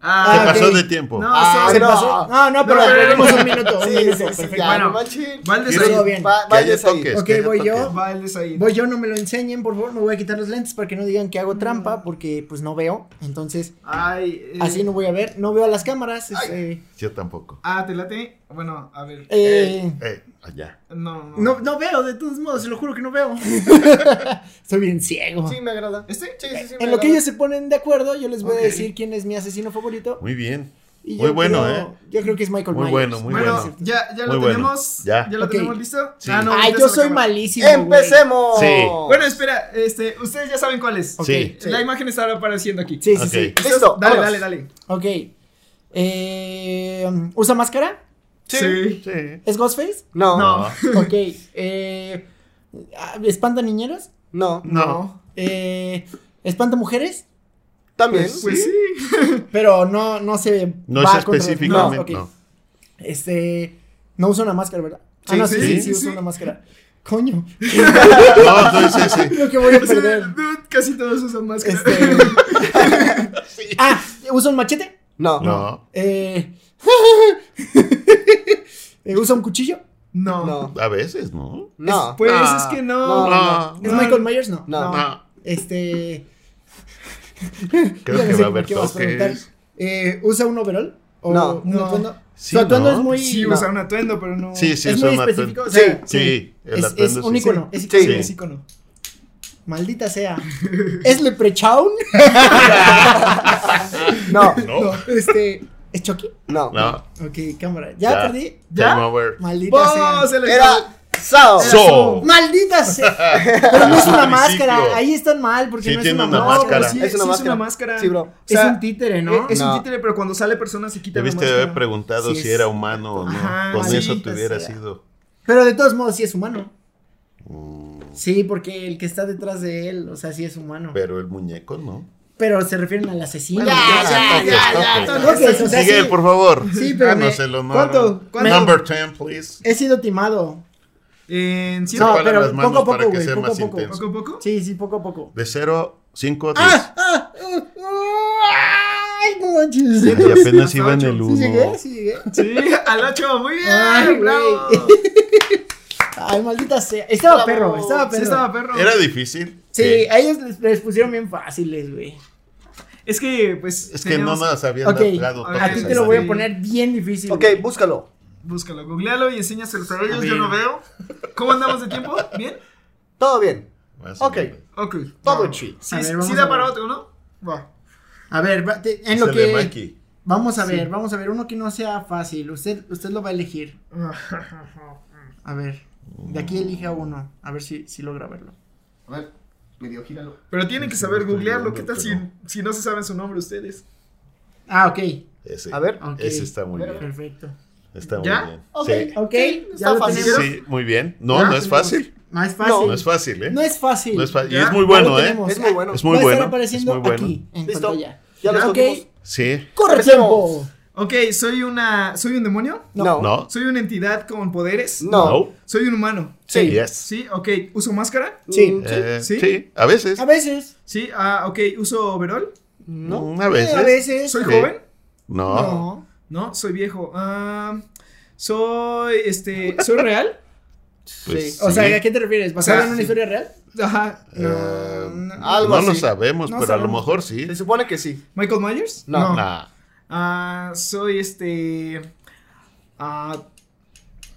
Speaker 5: Ah,
Speaker 2: Se
Speaker 3: ok.
Speaker 2: pasó de tiempo.
Speaker 5: No,
Speaker 4: Ah,
Speaker 5: sí.
Speaker 3: ¿Se
Speaker 4: no.
Speaker 3: pasó? No, no, pero
Speaker 5: No, no, no,
Speaker 3: tenemos
Speaker 5: no.
Speaker 3: un minuto. Un
Speaker 4: Sí,
Speaker 3: minuto.
Speaker 4: sí, sí,
Speaker 3: perfecto.
Speaker 4: ya,
Speaker 5: Bueno.
Speaker 4: no manchen.
Speaker 5: Va el de
Speaker 2: Quiero-
Speaker 5: Said.
Speaker 3: Todo bien.
Speaker 4: Va-
Speaker 2: Que haya
Speaker 4: vayas ahí.
Speaker 2: toques.
Speaker 3: Ok,
Speaker 2: que haya
Speaker 3: voy yo.
Speaker 2: toques.
Speaker 5: Va el de Said.
Speaker 3: Voy yo, no me lo enseñen, por favor. Me voy a quitar los lentes para que no digan que hago trampa porque pues no veo. Entonces,
Speaker 5: Ay, eh,
Speaker 3: así no voy a ver. No veo a las cámaras. es, eh,
Speaker 2: Yo tampoco.
Speaker 5: Ah, ¿te late? Bueno, a ver.
Speaker 3: eh,
Speaker 2: Eh, allá.
Speaker 5: No, no.
Speaker 3: no, no veo, de todos modos, se lo juro que no veo. Estoy bien ciego.
Speaker 4: Sí, me agrada.
Speaker 5: ¿Este?
Speaker 4: Sí, sí, sí, me
Speaker 3: en lo que
Speaker 4: agrada.
Speaker 3: ellos se ponen de acuerdo, yo les voy
Speaker 5: Ok.
Speaker 3: a decir quién es mi asesino favorito.
Speaker 2: Muy bien.
Speaker 3: Y
Speaker 2: Muy
Speaker 3: yo
Speaker 2: bueno, ¿eh?
Speaker 3: creo- Yo creo que es Michael
Speaker 2: Muy
Speaker 3: Myers.
Speaker 2: bueno, muy
Speaker 5: bueno,
Speaker 2: bueno.
Speaker 5: ya, ya
Speaker 2: Muy
Speaker 5: lo
Speaker 2: bueno.
Speaker 5: tenemos.
Speaker 2: Ya.
Speaker 5: lo
Speaker 3: Ok.
Speaker 5: tenemos listo.
Speaker 2: Sí.
Speaker 5: Ah, no,
Speaker 3: Ay,
Speaker 5: ahorita
Speaker 3: yo
Speaker 5: se lo
Speaker 3: soy
Speaker 5: acaba.
Speaker 3: malísimo. güey.
Speaker 4: ¡Empecemos!
Speaker 2: Sí.
Speaker 5: Bueno, espera, este, ustedes ya saben cuál es.
Speaker 3: Ok.
Speaker 2: Sí.
Speaker 5: La imagen está apareciendo aquí.
Speaker 3: Sí, sí,
Speaker 2: Ok.
Speaker 3: sí.
Speaker 5: Entonces,
Speaker 4: Listo,
Speaker 5: Dale,
Speaker 4: vámonos.
Speaker 5: dale, dale.
Speaker 3: Ok. Eh, ¿Usa máscara?
Speaker 4: Sí.
Speaker 2: Sí.
Speaker 3: ¿Es Ghostface?
Speaker 4: No, no,
Speaker 5: No.
Speaker 3: Ok. Eh, ah, ¿Espanta niñeras?
Speaker 4: no.
Speaker 2: No.
Speaker 3: Eh, ¿Espanta mujeres?
Speaker 4: También.
Speaker 5: Pues sí.
Speaker 3: Pero no, no se.
Speaker 2: No
Speaker 3: va
Speaker 2: es
Speaker 3: contra- no, ok.
Speaker 2: específicamente. No.
Speaker 3: Este. No usa una máscara, ¿verdad? ah,
Speaker 5: Sí,
Speaker 3: no, sí,
Speaker 5: sí,
Speaker 3: sí,
Speaker 5: sí,
Speaker 3: sí usa
Speaker 5: sí.
Speaker 3: una máscara. Coño.
Speaker 2: No, no es ese.
Speaker 3: Creo que voy a
Speaker 5: O sea,
Speaker 3: perder.
Speaker 5: dude, casi todos usan máscara.
Speaker 3: Este. Ah, ¿usa un machete?
Speaker 4: No.
Speaker 2: No.
Speaker 3: Eh. eh, ¿Usa un cuchillo?
Speaker 5: No.
Speaker 4: No.
Speaker 2: A veces, ¿no?
Speaker 4: No.
Speaker 5: Pues
Speaker 2: No.
Speaker 5: es que
Speaker 4: No.
Speaker 5: no.
Speaker 2: No.
Speaker 3: ¿Es Michael Myers? No.
Speaker 4: No.
Speaker 2: No.
Speaker 3: Este.
Speaker 2: Creo
Speaker 3: ya no
Speaker 2: que
Speaker 3: sé
Speaker 2: va a haber
Speaker 3: qué vas a preguntar.
Speaker 2: toques.
Speaker 3: Eh, ¿Usa un overall? ¿O
Speaker 4: No.
Speaker 3: un
Speaker 5: No.
Speaker 3: atuendo?
Speaker 2: Sí,
Speaker 3: Su atuendo
Speaker 2: ¿no?
Speaker 3: es muy.
Speaker 5: Sí,
Speaker 3: no.
Speaker 5: usa un atuendo, pero no.
Speaker 2: Sí, sí,
Speaker 3: es
Speaker 2: usa
Speaker 3: muy
Speaker 2: un atuendo.
Speaker 3: específico. o sea,
Speaker 2: Sí, el
Speaker 3: es, es
Speaker 2: atuendo
Speaker 3: un
Speaker 2: sí.
Speaker 3: icono. Es
Speaker 4: Sí.
Speaker 3: icono.
Speaker 5: Es
Speaker 3: es icono.
Speaker 5: icono.
Speaker 3: Maldita sea. ¿Es Leprechaun?
Speaker 5: pues,
Speaker 4: No.
Speaker 2: No.
Speaker 3: No, este. ¿Es Chucky?
Speaker 4: No.
Speaker 2: No.
Speaker 3: Ok, cámara. Ya,
Speaker 2: Ya.
Speaker 3: perdí.
Speaker 5: ¿Ya?
Speaker 2: Game over.
Speaker 3: Maldita sea.
Speaker 5: ¡Vos! Oh, Se le
Speaker 4: Era Sao.
Speaker 5: Era-
Speaker 2: So.
Speaker 3: Maldita sea. Pero no es una
Speaker 2: Suplicio.
Speaker 3: máscara. Ahí están mal porque
Speaker 2: Sí,
Speaker 3: no es
Speaker 2: tiene
Speaker 3: una,
Speaker 2: una
Speaker 5: No,
Speaker 3: máscara.
Speaker 2: máscara.
Speaker 5: pero Sí,
Speaker 4: Es una
Speaker 5: sí
Speaker 4: máscara.
Speaker 5: máscara.
Speaker 4: Sí, bro.
Speaker 5: O
Speaker 3: Es
Speaker 5: sea,
Speaker 3: un títere,
Speaker 5: eh,
Speaker 3: ¿no?
Speaker 5: Es
Speaker 4: No.
Speaker 5: un títere, pero cuando sale persona se quita la
Speaker 2: Debiste
Speaker 5: máscara.
Speaker 2: haber preguntado
Speaker 3: Sí,
Speaker 2: si
Speaker 3: es-
Speaker 2: era humano o no.
Speaker 5: Ajá,
Speaker 2: Con
Speaker 5: maldita
Speaker 3: pues,
Speaker 2: eso te hubiera
Speaker 3: sea.
Speaker 2: sido.
Speaker 3: Pero de todos modos sí es humano.
Speaker 2: Mm,
Speaker 3: Sí, porque el que está detrás de él, o sea, sí es humano. Pero,
Speaker 2: Pero el muñeco, ¿no?
Speaker 3: se refieren al asesino.
Speaker 5: Bueno,
Speaker 3: Ya,
Speaker 5: ya,
Speaker 3: ya,
Speaker 2: toques,
Speaker 3: ya,
Speaker 2: toques.
Speaker 3: ya, toques, Pues, o sea,
Speaker 2: Miguel,
Speaker 3: sí.
Speaker 2: por favor.
Speaker 3: Sí, pero me-
Speaker 2: Danos el honor.
Speaker 3: ¿cuánto? ¿Cuánto?
Speaker 2: Number 10, please.
Speaker 3: He sido timado.
Speaker 5: En
Speaker 2: Sí,
Speaker 5: cierto.
Speaker 3: No,
Speaker 2: Igual a
Speaker 3: pero
Speaker 2: las manos
Speaker 3: poco a
Speaker 2: para
Speaker 3: poco,
Speaker 2: que
Speaker 3: güey.
Speaker 2: sea
Speaker 3: Poco a
Speaker 2: más
Speaker 3: poco.
Speaker 2: intenso.
Speaker 5: ¿Poco a poco?
Speaker 3: Sí, sí, poco a poco.
Speaker 2: De 0, 5, 10.
Speaker 3: ¡Ah! ¡Ah! ¡Ah! ¡Ay, no manches!
Speaker 2: Y apenas iba en el
Speaker 3: ¿Sí
Speaker 2: 1.
Speaker 3: llegué? ¿Sí llegué?
Speaker 5: Sí, al 8, muy bien.
Speaker 3: Ay, güey.
Speaker 5: bravo.
Speaker 3: Ay, maldita sea. Estaba
Speaker 4: Bravo.
Speaker 3: perro, estaba
Speaker 5: Sí,
Speaker 3: perro.
Speaker 5: estaba perro.
Speaker 2: Era difícil.
Speaker 3: Sí,
Speaker 2: Eh,
Speaker 3: a ellos les, les pusieron bien fáciles, güey.
Speaker 5: Es que, pues.
Speaker 2: Es que no
Speaker 5: teníamos-
Speaker 2: nos habían
Speaker 3: Ok,
Speaker 2: dado
Speaker 5: a
Speaker 3: A
Speaker 2: todas
Speaker 3: ti te
Speaker 2: esas
Speaker 3: lo voy
Speaker 5: Sí.
Speaker 3: a poner bien difícil.
Speaker 4: Ok,
Speaker 3: güey.
Speaker 4: búscalo.
Speaker 5: Búscalo, googlealo y enséñaselo a ellos. Yo
Speaker 3: ver.
Speaker 5: no veo. ¿Cómo andamos de tiempo? ¿Bien?
Speaker 4: Todo bien.
Speaker 2: más o
Speaker 4: Ok.
Speaker 2: menos.
Speaker 5: Ok.
Speaker 4: Todo
Speaker 5: Va.
Speaker 4: chill.
Speaker 5: Sí,
Speaker 3: A ver,
Speaker 5: sí
Speaker 3: vamos a
Speaker 5: da
Speaker 3: ver.
Speaker 5: para otro, ¿no? Va.
Speaker 3: A ver, va- te- en
Speaker 2: Es
Speaker 3: lo
Speaker 2: el de
Speaker 3: que.
Speaker 2: Mikey.
Speaker 3: Vamos a ver, vamos a ver. Uno que no sea fácil. Usted, usted lo va a elegir. A ver. De aquí elija uno. A ver si, si logra verlo.
Speaker 4: A ver, medio gíralo.
Speaker 5: Pero tienen que saber googlearlo. ¿Qué tal si,
Speaker 2: Pero-
Speaker 5: si no se saben su nombre ustedes?
Speaker 3: Ah, ok.
Speaker 2: Ese.
Speaker 4: A ver.
Speaker 3: Ok.
Speaker 2: Ese está muy bien.
Speaker 3: Perfecto.
Speaker 2: Está
Speaker 5: ¿Ya?
Speaker 2: muy bien.
Speaker 4: Ok.
Speaker 2: Sí.
Speaker 3: Ok,
Speaker 4: Sí,
Speaker 3: ya
Speaker 4: está
Speaker 3: lo
Speaker 4: fácil.
Speaker 3: tenemos.
Speaker 2: Sí, muy bien. No,
Speaker 3: Ya
Speaker 2: no
Speaker 3: lo
Speaker 2: es
Speaker 3: tenemos.
Speaker 2: fácil.
Speaker 3: No es fácil.
Speaker 2: No, es fácil, ¿eh?
Speaker 3: No es fácil.
Speaker 2: No es fácil. Y
Speaker 5: Ya,
Speaker 2: es muy
Speaker 3: Ya lo
Speaker 2: bueno, ¿eh?
Speaker 3: tenemos. Ah,
Speaker 4: Es muy bueno.
Speaker 2: Es muy
Speaker 3: Va a estar
Speaker 2: bueno,
Speaker 3: apareciendo
Speaker 2: es muy bueno.
Speaker 3: aquí, en
Speaker 4: Listo.
Speaker 3: pantalla. Ah,
Speaker 4: Ya los
Speaker 3: ok.
Speaker 4: cogimos.
Speaker 2: Sí.
Speaker 3: Corre
Speaker 4: Empecemos.
Speaker 3: tiempo.
Speaker 5: Ok, soy una. ¿Soy un demonio?
Speaker 4: No.
Speaker 2: No.
Speaker 5: ¿Soy una entidad con poderes?
Speaker 4: No.
Speaker 5: ¿Soy un humano?
Speaker 2: Sí. Yes.
Speaker 5: Sí, ok. ¿Uso máscara?
Speaker 3: Sí.
Speaker 4: Mm,
Speaker 2: Eh,
Speaker 5: Sí.
Speaker 2: sí, a veces.
Speaker 3: A veces.
Speaker 5: Sí, ah, ok. ¿Uso overall?
Speaker 4: No.
Speaker 2: Mm, A veces.
Speaker 3: A veces.
Speaker 5: ¿Soy
Speaker 2: Sí. Ah.
Speaker 5: joven?
Speaker 2: No.
Speaker 3: No.
Speaker 5: No, soy viejo. Ah, soy, este, ¿soy real?
Speaker 2: Pues
Speaker 3: O sea,
Speaker 2: sí.
Speaker 3: ¿a qué te refieres? ¿Basado
Speaker 5: O sea,
Speaker 3: en una
Speaker 5: sí.
Speaker 3: historia real?
Speaker 5: Ajá.
Speaker 2: Eh,
Speaker 3: no,
Speaker 4: algo
Speaker 2: no lo
Speaker 4: así.
Speaker 2: sabemos,
Speaker 3: No
Speaker 2: pero a lo
Speaker 3: sabemos.
Speaker 2: mejor sí.
Speaker 4: Se supone que sí.
Speaker 5: ¿Michael Myers?
Speaker 4: No.
Speaker 2: Nah.
Speaker 5: Ah, soy, este, ah,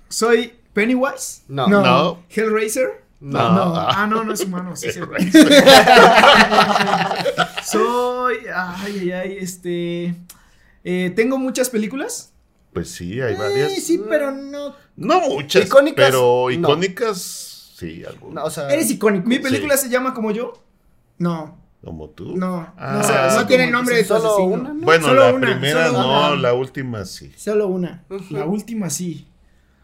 Speaker 5: soy Pennywise,
Speaker 4: No.
Speaker 3: No.
Speaker 2: No.
Speaker 5: Hellraiser.
Speaker 2: No.
Speaker 3: No.
Speaker 5: Ah, no, no es humano, sí, es cierto. Soy, ay, ay, ay, este, eh, tengo muchas películas.
Speaker 2: Pues sí, hay
Speaker 3: Eh,
Speaker 2: varias.
Speaker 3: sí, pero no.
Speaker 2: No muchas.
Speaker 4: Icónicas,
Speaker 2: Pero
Speaker 4: no.
Speaker 2: icónicas, sí, algo.
Speaker 4: No, o sea,
Speaker 3: Eres icónico.
Speaker 5: Ah. Mi película se llama como yo.
Speaker 3: No,
Speaker 2: Como tú.
Speaker 3: no.
Speaker 2: Ah.
Speaker 3: no,
Speaker 2: O sea,
Speaker 3: no
Speaker 5: así
Speaker 3: tiene
Speaker 5: como
Speaker 3: nombre de tu
Speaker 4: solo
Speaker 3: asesino.
Speaker 4: una, ¿no?
Speaker 2: Bueno,
Speaker 5: Solo
Speaker 2: la
Speaker 5: una,
Speaker 2: primera
Speaker 5: solo
Speaker 2: no,
Speaker 3: una.
Speaker 2: la última sí.
Speaker 3: Solo una.
Speaker 5: La última sí.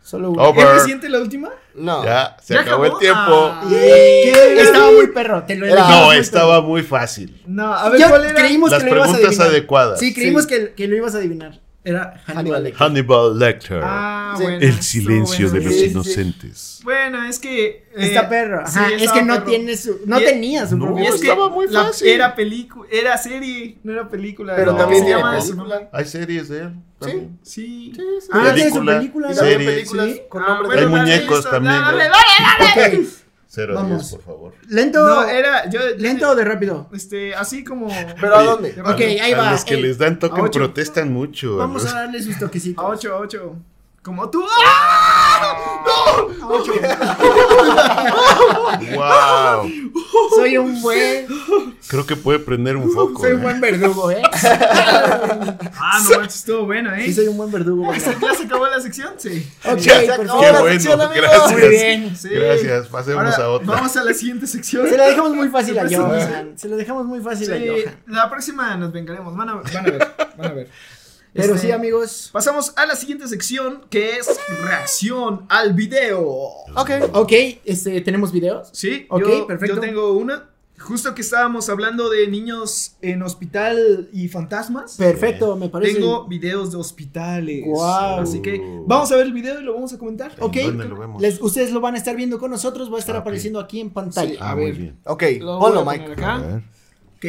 Speaker 3: Solo una.
Speaker 2: Oh,
Speaker 5: ¿Es
Speaker 2: Over.
Speaker 5: reciente la última?
Speaker 4: No.
Speaker 2: Ya, se
Speaker 5: ¿Ya
Speaker 2: acabó,
Speaker 5: acabó?
Speaker 2: el tiempo.
Speaker 5: Ah.
Speaker 3: Eh, Estaba muy perro, te lo
Speaker 4: Era-
Speaker 3: elegí.
Speaker 2: No,
Speaker 4: muy
Speaker 2: estaba muy fácil.
Speaker 5: No, a ver,
Speaker 3: Yo-
Speaker 5: ¿cuál era?
Speaker 3: Creímos
Speaker 2: Las
Speaker 3: que lo ibas a
Speaker 2: preguntas
Speaker 3: adivinar.
Speaker 2: adecuadas.
Speaker 3: Sí, creímos
Speaker 4: Sí.
Speaker 3: Que, que lo ibas a adivinar. Era
Speaker 4: Hannibal
Speaker 3: Hannibal Lecter.
Speaker 2: Hannibal Lecter.
Speaker 5: Ah,
Speaker 4: Sí.
Speaker 5: bueno,
Speaker 2: el
Speaker 5: estuvo
Speaker 2: silencio de
Speaker 5: bueno.
Speaker 2: los
Speaker 4: Sí, sí.
Speaker 2: inocentes.
Speaker 5: Bueno, es que. eh,
Speaker 3: Está perro.
Speaker 5: sí,
Speaker 3: Ajá, es
Speaker 5: estaba
Speaker 3: que no
Speaker 5: perro.
Speaker 3: tiene su. No
Speaker 5: Y-
Speaker 3: tenía su
Speaker 2: No,
Speaker 5: Y
Speaker 3: propio.
Speaker 5: es que
Speaker 2: Estaba muy
Speaker 5: la-
Speaker 2: fácil.
Speaker 5: era película, era serie, no era película.
Speaker 4: Pero
Speaker 5: ¿no?
Speaker 4: también
Speaker 5: ¿Cómo se
Speaker 4: tiene
Speaker 5: llama
Speaker 2: No.
Speaker 5: eso, no?
Speaker 4: película.
Speaker 2: Hay series de él. también.
Speaker 5: Sí.
Speaker 4: Sí, sí.
Speaker 3: Ah, tiene su
Speaker 2: película,
Speaker 3: película.
Speaker 4: Y
Speaker 3: serie,
Speaker 4: también
Speaker 2: series.
Speaker 4: películas con
Speaker 5: Ah,
Speaker 4: nombres
Speaker 5: bueno,
Speaker 4: de
Speaker 2: Hay
Speaker 5: dale,
Speaker 2: muñecos
Speaker 5: listo,
Speaker 2: también,
Speaker 5: dale,
Speaker 2: ¿eh?
Speaker 5: dale,
Speaker 3: Ah, Ok.
Speaker 2: Cero a
Speaker 3: Vamos.
Speaker 2: diez, por favor.
Speaker 3: Lento.
Speaker 5: No, era. Yo,
Speaker 3: Lento o de rápido.
Speaker 5: Este, así como.
Speaker 4: Pero ¿a
Speaker 2: Oye,
Speaker 4: dónde?
Speaker 2: a
Speaker 3: Ok,
Speaker 2: los-
Speaker 3: ahí
Speaker 2: a
Speaker 3: va,
Speaker 2: Los que
Speaker 3: eh,
Speaker 2: les dan
Speaker 5: a
Speaker 2: toque
Speaker 5: ocho.
Speaker 2: protestan mucho.
Speaker 3: Vamos
Speaker 2: los-
Speaker 3: a darle sus toquecitos.
Speaker 5: A 8, a 8. Como tú. ¡Ah! ¡No!
Speaker 2: ¡Wow!
Speaker 3: Soy un buen.
Speaker 2: Creo que puede prender un foco.
Speaker 3: Soy
Speaker 2: ¿eh?
Speaker 3: un buen verdugo, ¿eh?
Speaker 5: Ah, no manches, estuvo bueno, ¿eh?
Speaker 3: Sí, soy un buen verdugo. güey.
Speaker 5: ¿Ya se acabó la sección? Sí.
Speaker 3: Ok,
Speaker 4: Ya se
Speaker 3: perfecto.
Speaker 4: acabó
Speaker 2: Qué
Speaker 4: la
Speaker 2: bueno,
Speaker 4: sección, amigos.
Speaker 2: gracias.
Speaker 3: Muy bien.
Speaker 5: Sí.
Speaker 2: Gracias, pasemos
Speaker 5: Ahora,
Speaker 2: a otra.
Speaker 5: Vamos a la siguiente sección.
Speaker 3: Se la dejamos muy fácil a
Speaker 5: Siempre se nos-
Speaker 3: Johan. Se la dejamos muy fácil a
Speaker 5: Sí, este
Speaker 3: Johan.
Speaker 5: la próxima nos vengaremos. Van a, van a ver, van a ver.
Speaker 3: Pero
Speaker 5: Este,
Speaker 3: sí, amigos.
Speaker 5: Pasamos a la siguiente sección que es reacción al video.
Speaker 4: Ok.
Speaker 3: Ok, este, ¿tenemos videos?
Speaker 5: Sí,
Speaker 3: Ok,
Speaker 5: yo,
Speaker 3: perfecto.
Speaker 5: yo tengo una. Justo que estábamos hablando de niños en hospital y fantasmas.
Speaker 3: Perfecto, me parece.
Speaker 5: tengo videos de hospitales.
Speaker 3: Guau.
Speaker 5: Así que vamos a ver el video y lo vamos a comentar.
Speaker 2: ¿En
Speaker 3: ok,
Speaker 2: dónde lo vemos?
Speaker 3: les- ustedes lo van a estar viendo con nosotros, va a estar
Speaker 2: Ah, ok.
Speaker 3: apareciendo aquí en pantalla.
Speaker 5: Sí.
Speaker 2: Ah,
Speaker 5: a
Speaker 2: muy
Speaker 5: ver.
Speaker 2: bien.
Speaker 4: Ok,
Speaker 5: Lo voy a
Speaker 4: ponlo,
Speaker 5: poner
Speaker 4: Mike.
Speaker 5: acá.
Speaker 2: A ver.
Speaker 5: Ok.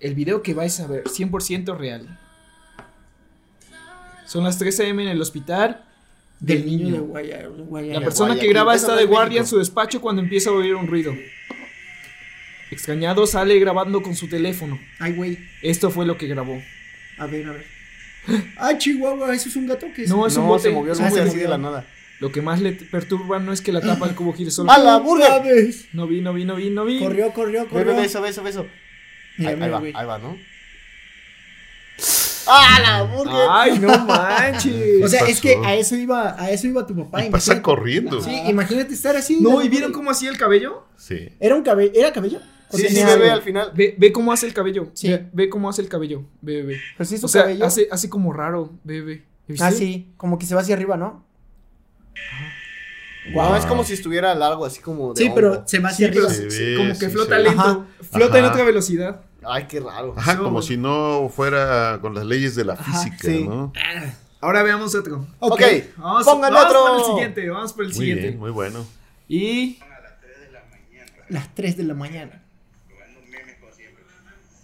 Speaker 5: El video que vais a ver, 100% real. Son las 3 a.m. en el hospital del
Speaker 3: de
Speaker 5: niño.
Speaker 3: Guaya- Guaya-
Speaker 5: La persona que graba está de guardia en su despacho cuando empieza a oír un ruido. Extrañado sale grabando con su teléfono.
Speaker 3: Ay, güey.
Speaker 5: Esto fue lo que grabó.
Speaker 3: A ver, a ver. Ah, Chihuahua, eso es un gato que es.
Speaker 5: No, es un
Speaker 4: No,
Speaker 5: bote.
Speaker 4: se movió el
Speaker 5: es un
Speaker 3: Ah,
Speaker 4: bote
Speaker 3: se
Speaker 5: bote.
Speaker 4: así de la nada.
Speaker 5: Lo que más le te- perturba no es que la tapa el cubo girasol.
Speaker 4: ¡A la burger!
Speaker 3: ¿Sabes?
Speaker 5: No vi, no vi, no vi, no vi.
Speaker 3: Corrió, corrió,
Speaker 4: Ve,
Speaker 3: corrió.
Speaker 4: ve, ve, eso, ve, eso, ve, eso. Ahí,
Speaker 3: Mira,
Speaker 4: ahí
Speaker 3: mira,
Speaker 4: va,
Speaker 3: güey.
Speaker 4: ahí va, ¿no? ¡A ¡Ah, la burger!
Speaker 5: Ay, no manches.
Speaker 3: O sea,
Speaker 2: ¿Qué
Speaker 3: es que
Speaker 2: pasó?
Speaker 3: a eso iba, a eso iba tu papá.
Speaker 2: Y
Speaker 3: imagínate.
Speaker 2: pasa corriendo.
Speaker 3: Sí, imagínate estar así.
Speaker 5: no, ¿y vieron cómo hacía el cabello?
Speaker 2: Sí.
Speaker 3: ¿Era un cabello? ¿Era cabello? ¿O
Speaker 4: Sí, sí,
Speaker 3: tenía
Speaker 4: se ve
Speaker 3: algo?
Speaker 4: al final.
Speaker 5: Ve, ve cómo hace el cabello.
Speaker 3: Sí.
Speaker 5: Ve, ve cómo hace el cabello. Ve, ve.
Speaker 3: Pero sí es
Speaker 5: O
Speaker 3: un
Speaker 5: sea,
Speaker 3: cabello.
Speaker 5: hace, hace como raro, bebé.
Speaker 3: Ah, sí, como que se va hacia arriba, ¿no?
Speaker 4: No, es como si estuviera largo, así como de
Speaker 3: Sí,
Speaker 4: hongo.
Speaker 3: pero se va hacia
Speaker 5: Sí, pero
Speaker 3: arriba.
Speaker 2: Sí, sí,
Speaker 5: como
Speaker 2: sí,
Speaker 5: que
Speaker 2: sí,
Speaker 5: flota
Speaker 2: sí.
Speaker 5: lento.
Speaker 3: Ajá.
Speaker 5: Flota en
Speaker 2: Ajá.
Speaker 5: otra velocidad.
Speaker 4: Ay, qué raro.
Speaker 2: Ajá,
Speaker 5: Sí,
Speaker 2: como
Speaker 5: bueno.
Speaker 2: si no fuera con las leyes de la
Speaker 3: Ajá,
Speaker 2: física,
Speaker 3: sí. Ah,
Speaker 2: ¿no?
Speaker 5: Ahora veamos otro.
Speaker 4: Ok,
Speaker 5: Vamos,
Speaker 4: pongan
Speaker 5: vamos
Speaker 4: otro.
Speaker 5: por el siguiente. Vamos por el
Speaker 2: Muy
Speaker 5: siguiente.
Speaker 2: bien, muy bueno.
Speaker 5: Y.
Speaker 3: Las 3 de la mañana.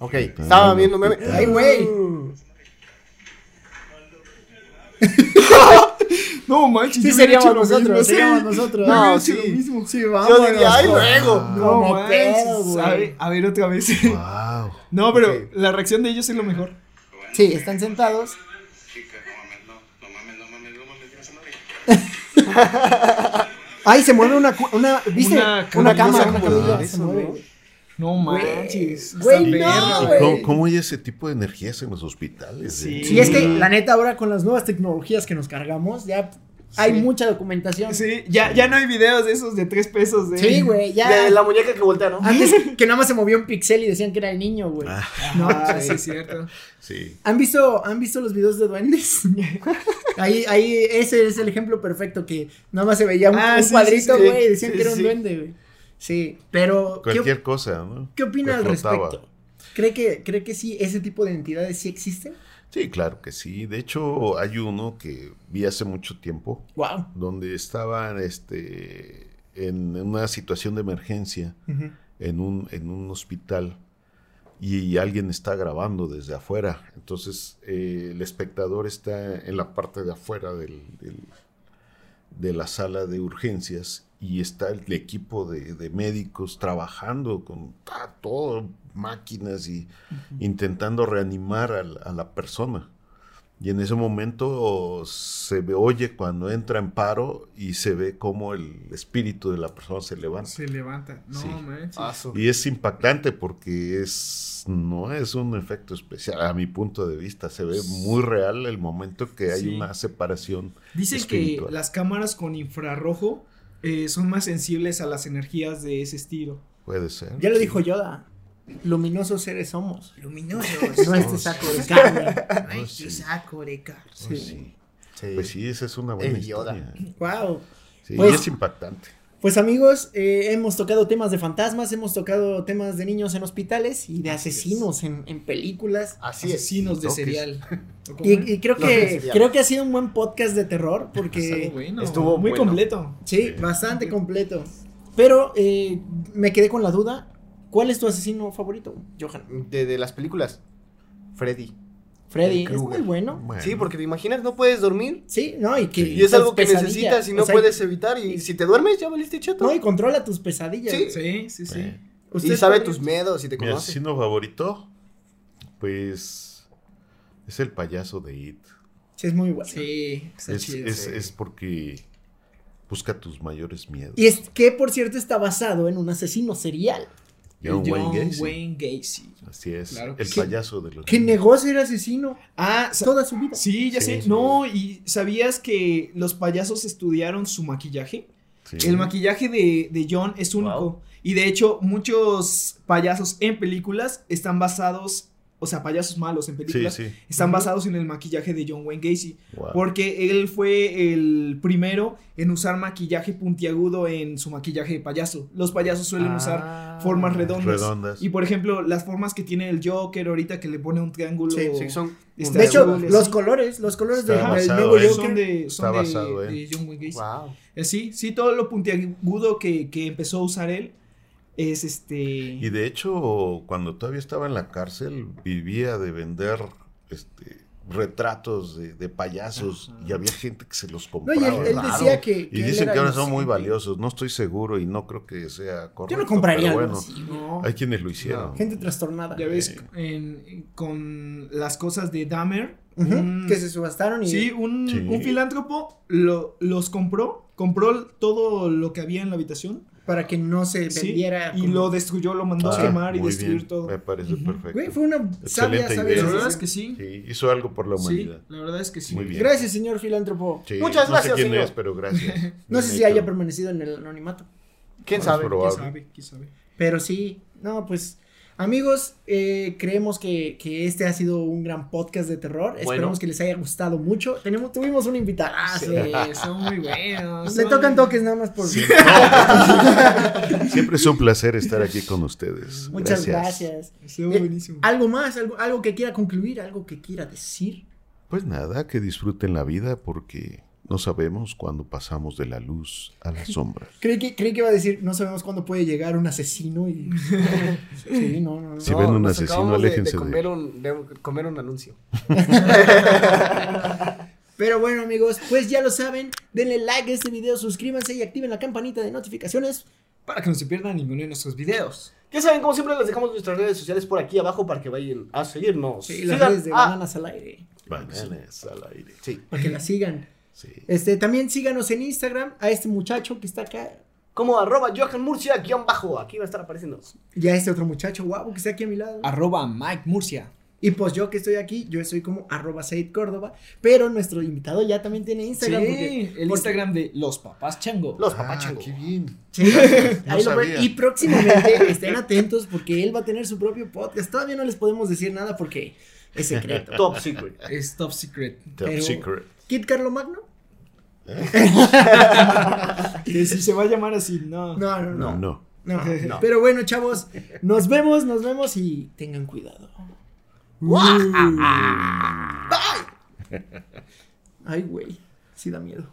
Speaker 6: Ok.
Speaker 4: Estaba viendo meme.
Speaker 5: Ah.
Speaker 3: Ay, güey.
Speaker 5: No manches,
Speaker 3: Sí,
Speaker 5: yo hubiera
Speaker 3: seríamos
Speaker 5: hecho lo mismo,
Speaker 3: nosotros.
Speaker 5: sí.
Speaker 3: Seríamos nosotros.
Speaker 5: Yo hubiera
Speaker 4: No,
Speaker 5: hecho lo
Speaker 4: sí.
Speaker 5: mismo.
Speaker 3: Sí, vamos.
Speaker 4: Yo diría, ay, luego.
Speaker 5: No
Speaker 3: Como
Speaker 5: manches,
Speaker 3: pedo, güey.
Speaker 5: a ver- A ver, otra vez.
Speaker 2: Wow.
Speaker 5: No, pero la reacción de ellos es lo mejor.
Speaker 3: Sí, están sentados. Ay, se mueve una, cu- una ¿viste?
Speaker 5: Una camilla,
Speaker 3: Una,
Speaker 5: una
Speaker 3: cama, una
Speaker 5: camilla,
Speaker 3: camilla,
Speaker 5: eso,
Speaker 3: se mueve. güey.
Speaker 5: No manches.
Speaker 3: Güey,
Speaker 5: está
Speaker 3: no,
Speaker 5: perro.
Speaker 2: ¿Cómo,
Speaker 3: güey.
Speaker 2: cómo hay ese tipo de energías en los hospitales?
Speaker 5: Sí.
Speaker 2: eh?
Speaker 3: Sí, es que la neta ahora con las nuevas tecnologías que nos cargamos, ya hay
Speaker 5: Sí.
Speaker 3: mucha documentación. Sí,
Speaker 5: Sí, ya, ya no hay videos de esos de tres pesos. De...
Speaker 3: güey, ya.
Speaker 4: De la muñeca que voltea, ¿no?
Speaker 3: Antes que nada más se movió un pixel y decían que era el niño, güey. No,
Speaker 5: Ah, sí,
Speaker 3: sí.
Speaker 5: es cierto.
Speaker 2: Sí.
Speaker 3: ¿Han visto, ¿Han visto los videos de duendes? ahí, ahí, ese es el ejemplo perfecto que nada más se veía un,
Speaker 5: Ah,
Speaker 3: un
Speaker 5: sí,
Speaker 3: cuadrito,
Speaker 5: sí, sí.
Speaker 3: güey, y decían
Speaker 5: Sí,
Speaker 3: que era un
Speaker 5: sí.
Speaker 3: duende, güey. Sí, pero ¿qué,
Speaker 2: Cualquier cosa, ¿no?
Speaker 3: qué opina
Speaker 2: que
Speaker 3: al
Speaker 2: flotaba.
Speaker 3: respecto? ¿Cree que, ¿Cree que sí, ese tipo de entidades sí existen?
Speaker 2: Sí, claro que sí. De hecho, hay uno que vi hace mucho tiempo
Speaker 3: Wow.
Speaker 2: donde estaban este, en una situación de emergencia en, un, en un hospital y alguien está grabando desde afuera. Entonces, eh, el espectador está en la parte de afuera del- del- de la sala de urgencias y está el equipo de, de médicos trabajando con ta- todo, máquinas y intentando reanimar al- a, la persona. Y en ese momento se ve- oye cuando entra en paro y se ve cómo el espíritu de la persona se levanta.
Speaker 5: Se levanta. No
Speaker 2: Sí.
Speaker 5: manches.
Speaker 4: Ah,
Speaker 2: Y es impactante porque es no es un efecto especial a mi punto de vista, se ve muy real el momento que hay
Speaker 5: Sí.
Speaker 2: una separación.
Speaker 5: Dicen que
Speaker 2: espiritual.
Speaker 5: las cámaras con infrarrojo eh, son más sensibles a las energías de ese estilo.
Speaker 2: Puede ser.
Speaker 3: Ya lo
Speaker 2: sí.
Speaker 3: dijo Yoda. Luminosos seres somos.
Speaker 7: Luminosos.
Speaker 3: No este saco de carne.
Speaker 7: Ay,
Speaker 2: sí.
Speaker 7: qué saco de carne.
Speaker 2: Oh, sí. Pues sí, esa es una buena
Speaker 6: El Yoda.
Speaker 2: historia.
Speaker 3: Wow.
Speaker 2: Sí,
Speaker 3: Pues-
Speaker 2: y es impactante.
Speaker 3: Pues amigos, eh, hemos tocado temas de fantasmas, hemos tocado temas de niños en hospitales y de asesinos en, en películas.
Speaker 4: Así es.
Speaker 5: Asesinos de
Speaker 2: Toques.
Speaker 5: cereal. ¿O cómo
Speaker 3: Y, y creo
Speaker 4: Los que
Speaker 3: que
Speaker 4: serían.
Speaker 3: creo que ha sido un buen podcast de terror
Speaker 5: Estuvo
Speaker 3: porque
Speaker 5: bueno,
Speaker 4: Estuvo
Speaker 5: muy
Speaker 4: bueno.
Speaker 5: completo.
Speaker 3: sí, bastante completo. Pero eh, me quedé con la duda. ¿Cuál es tu asesino favorito, Johan?
Speaker 6: De, de las películas. Freddy.
Speaker 3: Freddy,
Speaker 6: El
Speaker 3: es
Speaker 6: Krueger.
Speaker 3: muy bueno.
Speaker 2: Bueno.
Speaker 4: Sí, porque te imaginas, no puedes dormir.
Speaker 3: Sí, no, y que
Speaker 4: Y es algo que
Speaker 3: pesadillas,
Speaker 4: necesitas y
Speaker 3: o
Speaker 4: no
Speaker 3: sea,
Speaker 4: puedes evitar. Y si te duermes, ya valiste cheto.
Speaker 3: No, y controla tus pesadillas.
Speaker 4: Sí.
Speaker 5: Sí, sí, sí.
Speaker 2: Eh,
Speaker 3: Usted
Speaker 4: Y sabe
Speaker 3: podría-
Speaker 4: tus miedos y te
Speaker 2: Mi
Speaker 4: conoce.
Speaker 2: asesino favorito, pues es el payaso de It.
Speaker 3: Sí, es muy bueno.
Speaker 5: Sí, está
Speaker 2: Es,
Speaker 5: chido.
Speaker 2: es- es porque busca tus mayores miedos.
Speaker 3: Y es que, por cierto, está basado en un asesino serial.
Speaker 2: John Wayne Gacy.
Speaker 5: Wayne Gacy.
Speaker 2: Así es.
Speaker 5: Claro que
Speaker 2: el
Speaker 5: sí.
Speaker 2: payaso de los
Speaker 3: Que
Speaker 2: niños.
Speaker 3: negó ser asesino
Speaker 5: Ah, sa-
Speaker 3: toda su vida.
Speaker 5: sí, ya
Speaker 2: Sí,
Speaker 5: sé.
Speaker 2: sí.
Speaker 5: No, y ¿sabías que los payasos estudiaron su maquillaje?
Speaker 2: Sí.
Speaker 5: El maquillaje de, de John es único. Y de hecho, muchos payasos en películas están basados, o sea, payasos malos en
Speaker 2: Sí,
Speaker 5: películas,
Speaker 2: sí. Ah.
Speaker 5: están basados en el maquillaje de John Wayne Gacy.
Speaker 2: Wow.
Speaker 5: Porque él fue el primero en usar maquillaje puntiagudo en su maquillaje de payaso. Los payasos suelen usar formas redondas.
Speaker 2: Ah. Redondas.
Speaker 5: Y por ejemplo, las formas que tiene el Joker ahorita que le pone un triángulo.
Speaker 4: Sí, sí, son.
Speaker 5: este,
Speaker 3: De hecho,
Speaker 5: azul,
Speaker 3: los
Speaker 5: así.
Speaker 3: colores, los colores
Speaker 2: Está
Speaker 3: del
Speaker 5: Ajá,
Speaker 3: del
Speaker 2: basado
Speaker 3: nuevo
Speaker 2: en-
Speaker 3: Joker.
Speaker 5: son de,
Speaker 2: Está
Speaker 5: son de-
Speaker 2: basado en-
Speaker 5: de John Wayne Gacy.
Speaker 4: Wow.
Speaker 5: Eh, Sí, sí, todo lo puntiagudo que, que empezó a usar él es este.
Speaker 2: Y de hecho, cuando todavía estaba en la cárcel, vivía de vender este, retratos de, de payasos
Speaker 5: Ajá.
Speaker 2: y había gente que se los
Speaker 3: No,
Speaker 2: compraba.
Speaker 3: y él, él
Speaker 2: raro.
Speaker 3: decía que. que
Speaker 2: Y
Speaker 3: él
Speaker 2: dicen
Speaker 3: era
Speaker 2: que ahora son muy
Speaker 3: inocente.
Speaker 2: valiosos. No estoy seguro y no creo que sea correcto.
Speaker 3: Yo no compraría
Speaker 2: pero
Speaker 3: algo
Speaker 2: bueno,
Speaker 3: así.
Speaker 5: No,
Speaker 2: Hay quienes lo hicieron.
Speaker 3: Gente trastornada.
Speaker 5: ya ves,
Speaker 2: Eh.
Speaker 5: en- en- con las cosas de Dahmer.
Speaker 3: Ujú,
Speaker 5: un-
Speaker 3: Que se subastaron y.
Speaker 5: Mm. Sí, un,
Speaker 2: Sí.
Speaker 5: un filántropo lo- los compró, compró todo lo que había en la habitación
Speaker 3: Para que no se
Speaker 5: sí,
Speaker 3: vendiera.
Speaker 5: y
Speaker 3: como-
Speaker 5: lo destruyó, lo mandó a
Speaker 2: Ah,
Speaker 5: quemar y
Speaker 2: muy
Speaker 5: destruir
Speaker 2: bien,
Speaker 5: todo.
Speaker 2: Me parece
Speaker 5: Ujú.
Speaker 2: perfecto.
Speaker 3: Güey, fue una
Speaker 2: Excelente
Speaker 3: sabia, sabia.
Speaker 2: idea.
Speaker 5: La
Speaker 3: decisión.
Speaker 5: verdad es que sí.
Speaker 2: Sí, hizo algo por la
Speaker 5: Sí,
Speaker 2: humanidad.
Speaker 5: la verdad es que sí.
Speaker 2: Muy bien.
Speaker 3: Gracias, señor filántropo.
Speaker 2: Sí,
Speaker 4: Muchas
Speaker 2: no
Speaker 4: gracias,
Speaker 2: sé quién
Speaker 4: señor.
Speaker 2: es, pero gracias.
Speaker 3: No sé si
Speaker 2: Bien
Speaker 3: haya
Speaker 2: hecho.
Speaker 3: permanecido en el anonimato.
Speaker 4: ¿Quién
Speaker 2: Es
Speaker 4: sabe?
Speaker 5: ¿Quién
Speaker 2: probable.
Speaker 5: sabe? ¿Quién sabe?
Speaker 3: Pero sí, no, pues amigos, eh, creemos que, que este ha sido un gran podcast de terror. Esperamos que les haya gustado mucho. Tenemos, tuvimos un invitado.
Speaker 5: Ah, sí, son muy buenos.
Speaker 3: Le
Speaker 5: son-
Speaker 3: tocan toques nada más por...
Speaker 2: Siempre es un placer estar aquí con ustedes.
Speaker 3: Muchas gracias.
Speaker 5: Estuvo buenísimo.
Speaker 3: ¿Algo más? Algo, ¿Algo que quiera concluir? ¿Algo que quiera decir?
Speaker 2: Pues nada, que disfruten la vida porque No sabemos cuándo pasamos de la luz a la sombra.
Speaker 3: Creí que, creí que iba a decir, no sabemos cuándo puede llegar un asesino y... sí, no, no, no.
Speaker 2: Si ven un
Speaker 4: nos
Speaker 2: asesino,
Speaker 4: acabamos de-
Speaker 2: aléjense de
Speaker 4: de,
Speaker 2: él.
Speaker 4: comer un, de comer un anuncio.
Speaker 3: Pero bueno, amigos, pues ya lo saben. Denle like a este video, suscríbanse y activen la campanita de notificaciones.
Speaker 5: Para que no se pierdan ninguno de nuestros videos.
Speaker 4: Ya saben, como siempre, les dejamos nuestras redes sociales por aquí abajo para que vayan a seguirnos.
Speaker 3: Sí, las
Speaker 4: Sigan Ah.
Speaker 3: redes de
Speaker 4: a-
Speaker 3: bananas al aire.
Speaker 2: Bananas al aire.
Speaker 4: Sí.
Speaker 3: Para que la sigan.
Speaker 2: Sí.
Speaker 3: Este, también síganos en Instagram a este muchacho que está acá.
Speaker 4: Como arroba Johan Murcia, guión bajo. Aquí va a estar apareciendo.
Speaker 3: Y a este otro muchacho guapo que está aquí a mi lado.
Speaker 5: Arroba Mike Murcia.
Speaker 3: Y pues yo que estoy aquí, yo estoy como arroba Said Córdoba. Pero nuestro invitado ya también tiene Instagram. porque-
Speaker 5: el Instagram de Los Papás Chango.
Speaker 4: Los
Speaker 2: Ah,
Speaker 4: papachangos.
Speaker 2: qué bien. No
Speaker 3: Sí, ahí lo pueden-
Speaker 2: sabía.
Speaker 3: y próximamente estén atentos porque él va a tener su propio podcast. Todavía no les podemos decir nada porque es secreto.
Speaker 4: Top secret.
Speaker 5: Es top secret.
Speaker 2: Top
Speaker 3: Pero-
Speaker 2: secret.
Speaker 3: ¿Kid Carlo Magno?
Speaker 5: Que si se va a llamar así, no.
Speaker 3: No, no,
Speaker 2: No,
Speaker 3: no.
Speaker 2: no.
Speaker 3: no.
Speaker 4: No.
Speaker 3: Pero bueno, chavos, nos vemos, nos vemos y tengan cuidado. Bye. Ay, güey, sí da miedo.